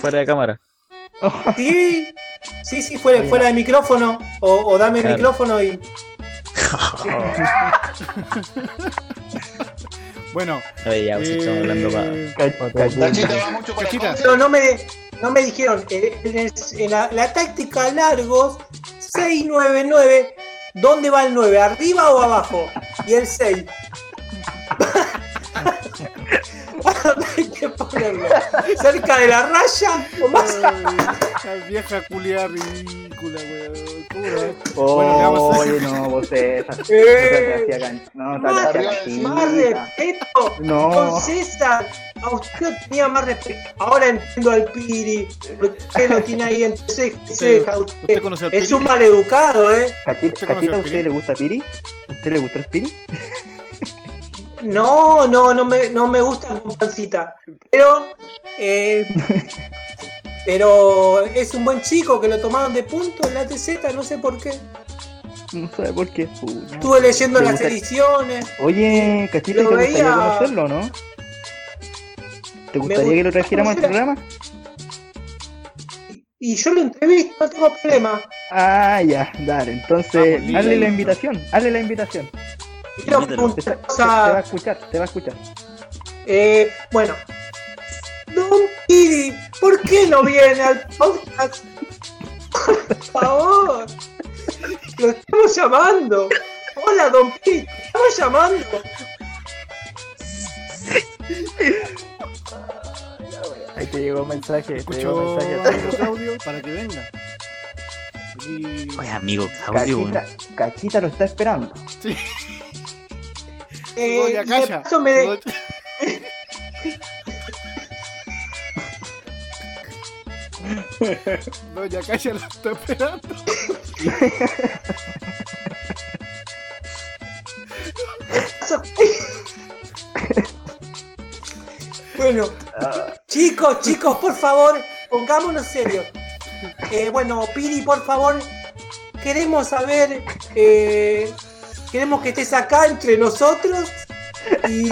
S3: fuera de cámara.
S2: Sí, sí, sí, fuera, fuera de micrófono. O, o dame el
S3: Claro.
S2: micrófono y.
S6: Bueno,
S3: Oye, ya, pues, estamos hablando para.
S6: eh,
S8: La chita va mucho con la
S6: Cachita.
S8: comida.
S2: Pero no me, no me dijeron. eh, En, el- en la, la táctica largos, 699. ¿Dónde va el 9? ¿Arriba o abajo? Y el 6. Hay que ponerlo cerca de la raya o más.
S6: Eh, La vieja culia ridícula, weón. Pura.
S7: Oh,
S6: Bueno, le vamos a-
S7: oye, no, vos esa. No te
S2: Eh,
S7: hacía can- No, te
S2: Más,
S7: hacía
S8: Arriba,
S2: más
S7: canchita.
S2: respeto
S7: No,
S2: con César. A usted no tenía más respeto. Ahora entiendo al Piri. Usted lo tiene ahí entre ceja y ceja.
S6: ¿Usted
S2: Usted
S6: conoce al
S2: es
S6: Piri?
S2: un maleducado, ¿eh?
S7: cachita,
S6: ¿Usted conoce
S7: cachita,
S6: al
S7: ¿a usted
S6: Piri?
S7: le gusta Piri? ¿A usted le gusta el Piri?
S2: No, no, no me, no me gusta con pancita. Pero, eh, pero es un buen chico que lo tomaron de punto en la TZ, no sé por qué.
S7: No sabe por qué. puta.
S2: Estuve leyendo
S7: Me
S2: las
S7: gusta-
S2: ediciones.
S7: Oye, cachita, ¿te
S2: Lo
S7: gustaría
S2: veía-
S7: conocerlo, no? ¿Te gustaría que lo trajéramos al
S2: conocer
S7: programa?
S2: Y yo lo entrevisto, no tengo problema.
S7: Ah, ya, dale. Entonces,
S6: Vamos,
S7: hazle
S6: listo.
S7: la invitación, hazle la invitación.
S2: Y Quiero
S3: Invítalo.
S7: Te,
S2: preguntar
S7: está-
S2: una
S7: te- te va a
S2: cosa.
S7: escuchar, te va a escuchar.
S2: eh, bueno, Don Piri, ¿por qué no viene al podcast? Por favor, lo estamos llamando. Hola, Don Piri, te estamos llamando.
S9: Ahí te llegó un mensaje, te llegó
S6: Escucho
S9: un mensaje.
S6: a Claudio para que venga. Y...
S3: Oye, amigo, Claudio,
S7: Cachita,
S3: weón.
S7: Cachita lo está esperando.
S2: Eh,
S6: Doña
S2: y de
S6: Calla.
S2: paso me-
S6: Doña- Doña Calla lo está esperando.
S2: bueno, chicos, chicos, por favor, pongámonos serios. Eh, bueno, Piri, por favor, queremos saber, eh, queremos que estés acá entre nosotros y,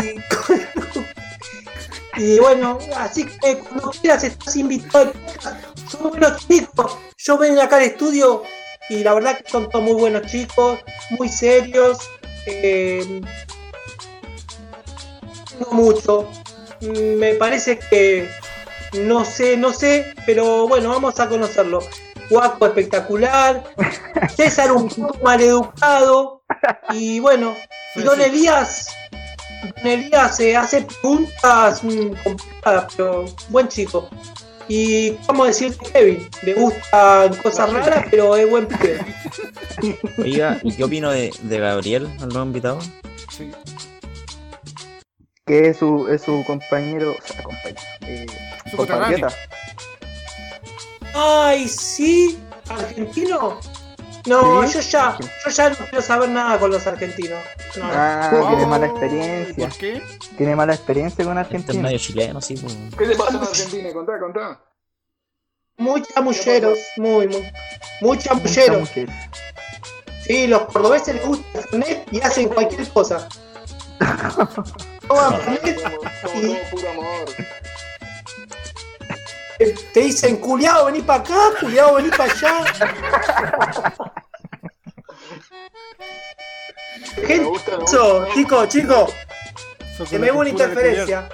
S2: y bueno, así que cuando quieras estás invitado. al podcast. Son buenos chicos, yo vengo acá al estudio y la verdad que son todos muy buenos chicos, muy serios. eh, no mucho. Mm, Me parece que no sé, no sé, pero bueno, vamos a conocerlo. Guaco espectacular, César un poco maleducado y bueno, y Don Elías, Don Elías eh, hace preguntas mm, complicadas, pero buen chico. Y cómo decir Kevin, le gustan cosas raras, pero es buen pibe.
S3: Oiga, ¿y qué opino de, de Gabriel, al nuevo invitado? Este
S6: Sí.
S7: Que es su, es su compañero, o sea, compañero, eh,
S6: Su
S7: compatriota.
S2: Ay, sí, argentino. No,
S7: ¿Sí?
S2: yo ya, yo ya no quiero saber nada con los argentinos. No.
S7: Ah, tiene mala
S9: Oh.
S7: experiencia.
S6: Oh, ¿Por qué?
S7: Tiene mala experiencia con
S3: Este es
S7: Argentina.
S3: medio chileno, sí, pues.
S8: ¿Qué le pasó en Argentina? Contá, contá.
S2: Muy chamulleros, muy, muy. Muy
S7: Mucha
S2: chamulleros.
S7: mujer.
S2: Sí, los cordobeses les gusta el Fernet y hacen cualquier cosa. Toman Fernet,
S8: Como como todo puro amor.
S2: eh, te dicen, culiao, vení para acá, culiao, vení para allá.
S8: Me
S2: Gente,
S8: gusta, me gusta,
S2: eso, chicos, chicos,
S6: Son
S2: se
S6: con
S2: me
S6: la
S2: hubo una
S6: cultura de
S2: interferencia.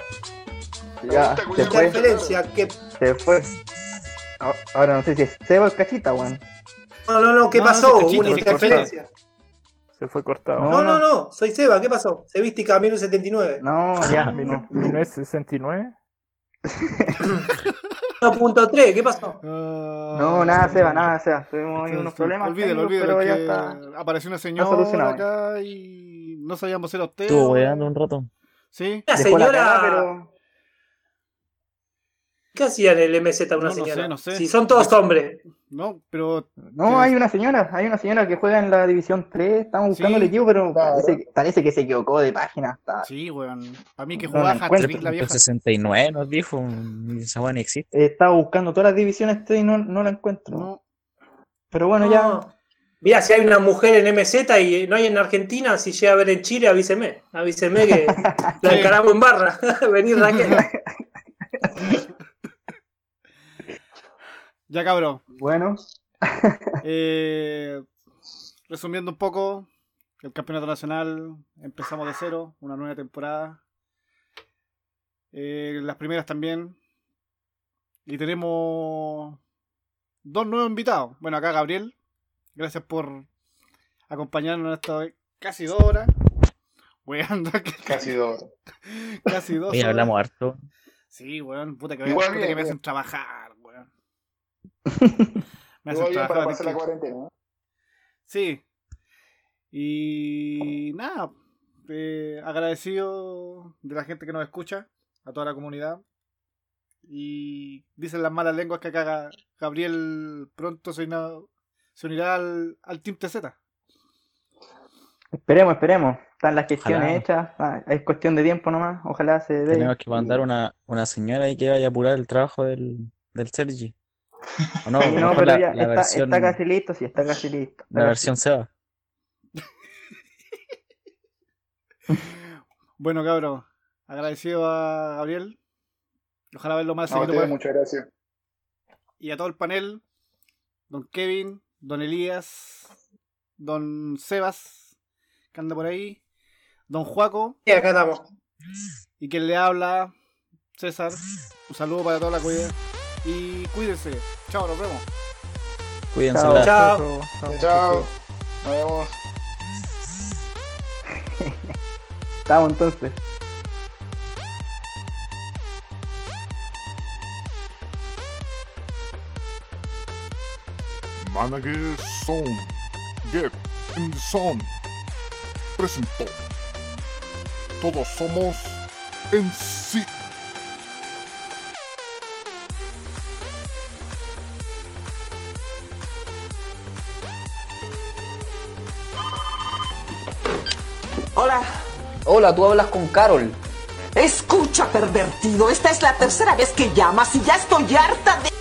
S8: me
S7: Ya,
S8: gusta
S7: se
S8: culiar con
S7: fue,
S2: Interferencia, que
S7: se fue. Ah, Ahora no sé si es Seba o el Cachita, weón.
S2: No, no, no, ¿qué
S6: No, no,
S2: pasó?
S6: se cachita,
S2: Hubo una
S9: se cachita.
S2: interferencia.
S9: Se fue cortado.
S7: No,
S2: No, no, no, soy Seba, ¿qué pasó? Se viste Camilo 79.
S7: No, ya,
S9: Mi,
S7: no.
S9: mi no es 69.
S2: 1.3, ¿qué pasó?
S6: Ah,
S7: No, nada, Seba, nada, Seba. Tuvimos ahí
S6: entonces,
S7: unos problemas.
S6: Olvídelo,
S7: técnicos,
S6: olvídelo.
S7: Pero ya
S6: que
S7: está.
S6: Apareció una señora
S7: solucionado.
S6: acá y no sabíamos si era usted.
S3: Estuvo
S6: o-
S3: weando un rato.
S6: Sí.
S2: Una
S7: Dejó la
S2: señora.
S7: cagada, pero.
S2: ¿Qué hacía en el MZ una
S6: No, no
S2: señora?
S6: sé, no sé.
S2: Si son todos hombres.
S6: No, pero
S7: No, hay una señora, hay una señora que juega en la División 3, estamos buscando
S6: Sí.
S7: el equipo, pero
S8: Claro.
S7: parece, que- parece que se equivocó de página. está-
S6: Sí, weón. A mí que
S7: No
S6: jugaba
S7: la
S6: hat-trick
S7: Ah. encuentro,
S6: la vieja.
S3: 69 nos dijo, mm, esa weá ni existe.
S7: Estaba buscando todas las divisiones 3 y no, no la encuentro.
S6: No,
S7: Pero bueno, ya.
S2: No. Mirá, si hay una mujer en MZ y no hay en Argentina, si llega a ver en Chile, avíseme. Avíseme que la
S6: Sí.
S2: encaramos en barra. Vení, Raquel.
S6: ya cabrón.
S7: Bueno,
S6: Eh, resumiendo un poco, el campeonato nacional empezamos de cero, una nueva temporada. Eh, las primeras también. Y tenemos dos nuevos invitados. Bueno, acá Gabriel, gracias por acompañarnos en esta casi dos horas. Weón,
S8: Casi dos.
S6: casi dos.
S3: Hoy
S6: horas.
S3: hablamos harto.
S6: Sí, weón, puta que,
S8: Igual
S6: puta
S8: bien,
S6: que me
S8: bien.
S6: hacen trabajar, weón. Me
S8: Todo
S6: hacen
S8: bien para
S6: trabajar.
S8: pasar la
S6: distinto.
S8: cuarentena.
S6: Sí. Y nada, eh, agradecido de la gente que nos escucha, a toda la comunidad. Y dicen las malas lenguas que acá Ga- Gabriel pronto se, una- se unirá al, al Team TZ.
S7: Esperemos, esperemos. Están las gestiones
S3: Ojalá.
S7: hechas. ah, Es cuestión de tiempo nomás. Ojalá se dé.
S3: Tenemos que mandar una, una señora ahí que vaya a apurar el trabajo del, del Sergi. O no,
S7: Sí, no,
S3: mejor
S7: pero
S3: la,
S7: ya
S3: la
S7: está,
S3: versión,
S7: está casi listo, sí, está casi listo. está
S3: la
S7: casi-
S3: versión Seba.
S6: Bueno, cabrón, agradecido a Gabriel. Ojalá verlo más
S8: A
S6: seguido
S8: ustedes,
S6: por-
S8: muchas gracias.
S6: y a todo el panel, don Kevin, don Elías, don Sebas, que anda por ahí, don Juaco,
S2: Y acá estamos.
S6: y quien le habla, César. Un saludo para toda la cuida. Y cuídense. Chao, nos vemos.
S3: Cuídense.
S7: Chao,
S3: la-
S2: Chao.
S8: Chao. Nos vemos.
S7: Estamos entonces.
S1: Manager Zone. Get in the Zone. Presentó. Todos somos en sí.
S9: Hola. Hola, tú hablas con Carol. Escucha, pervertido, esta es la tercera vez que llamas y ya estoy harta de...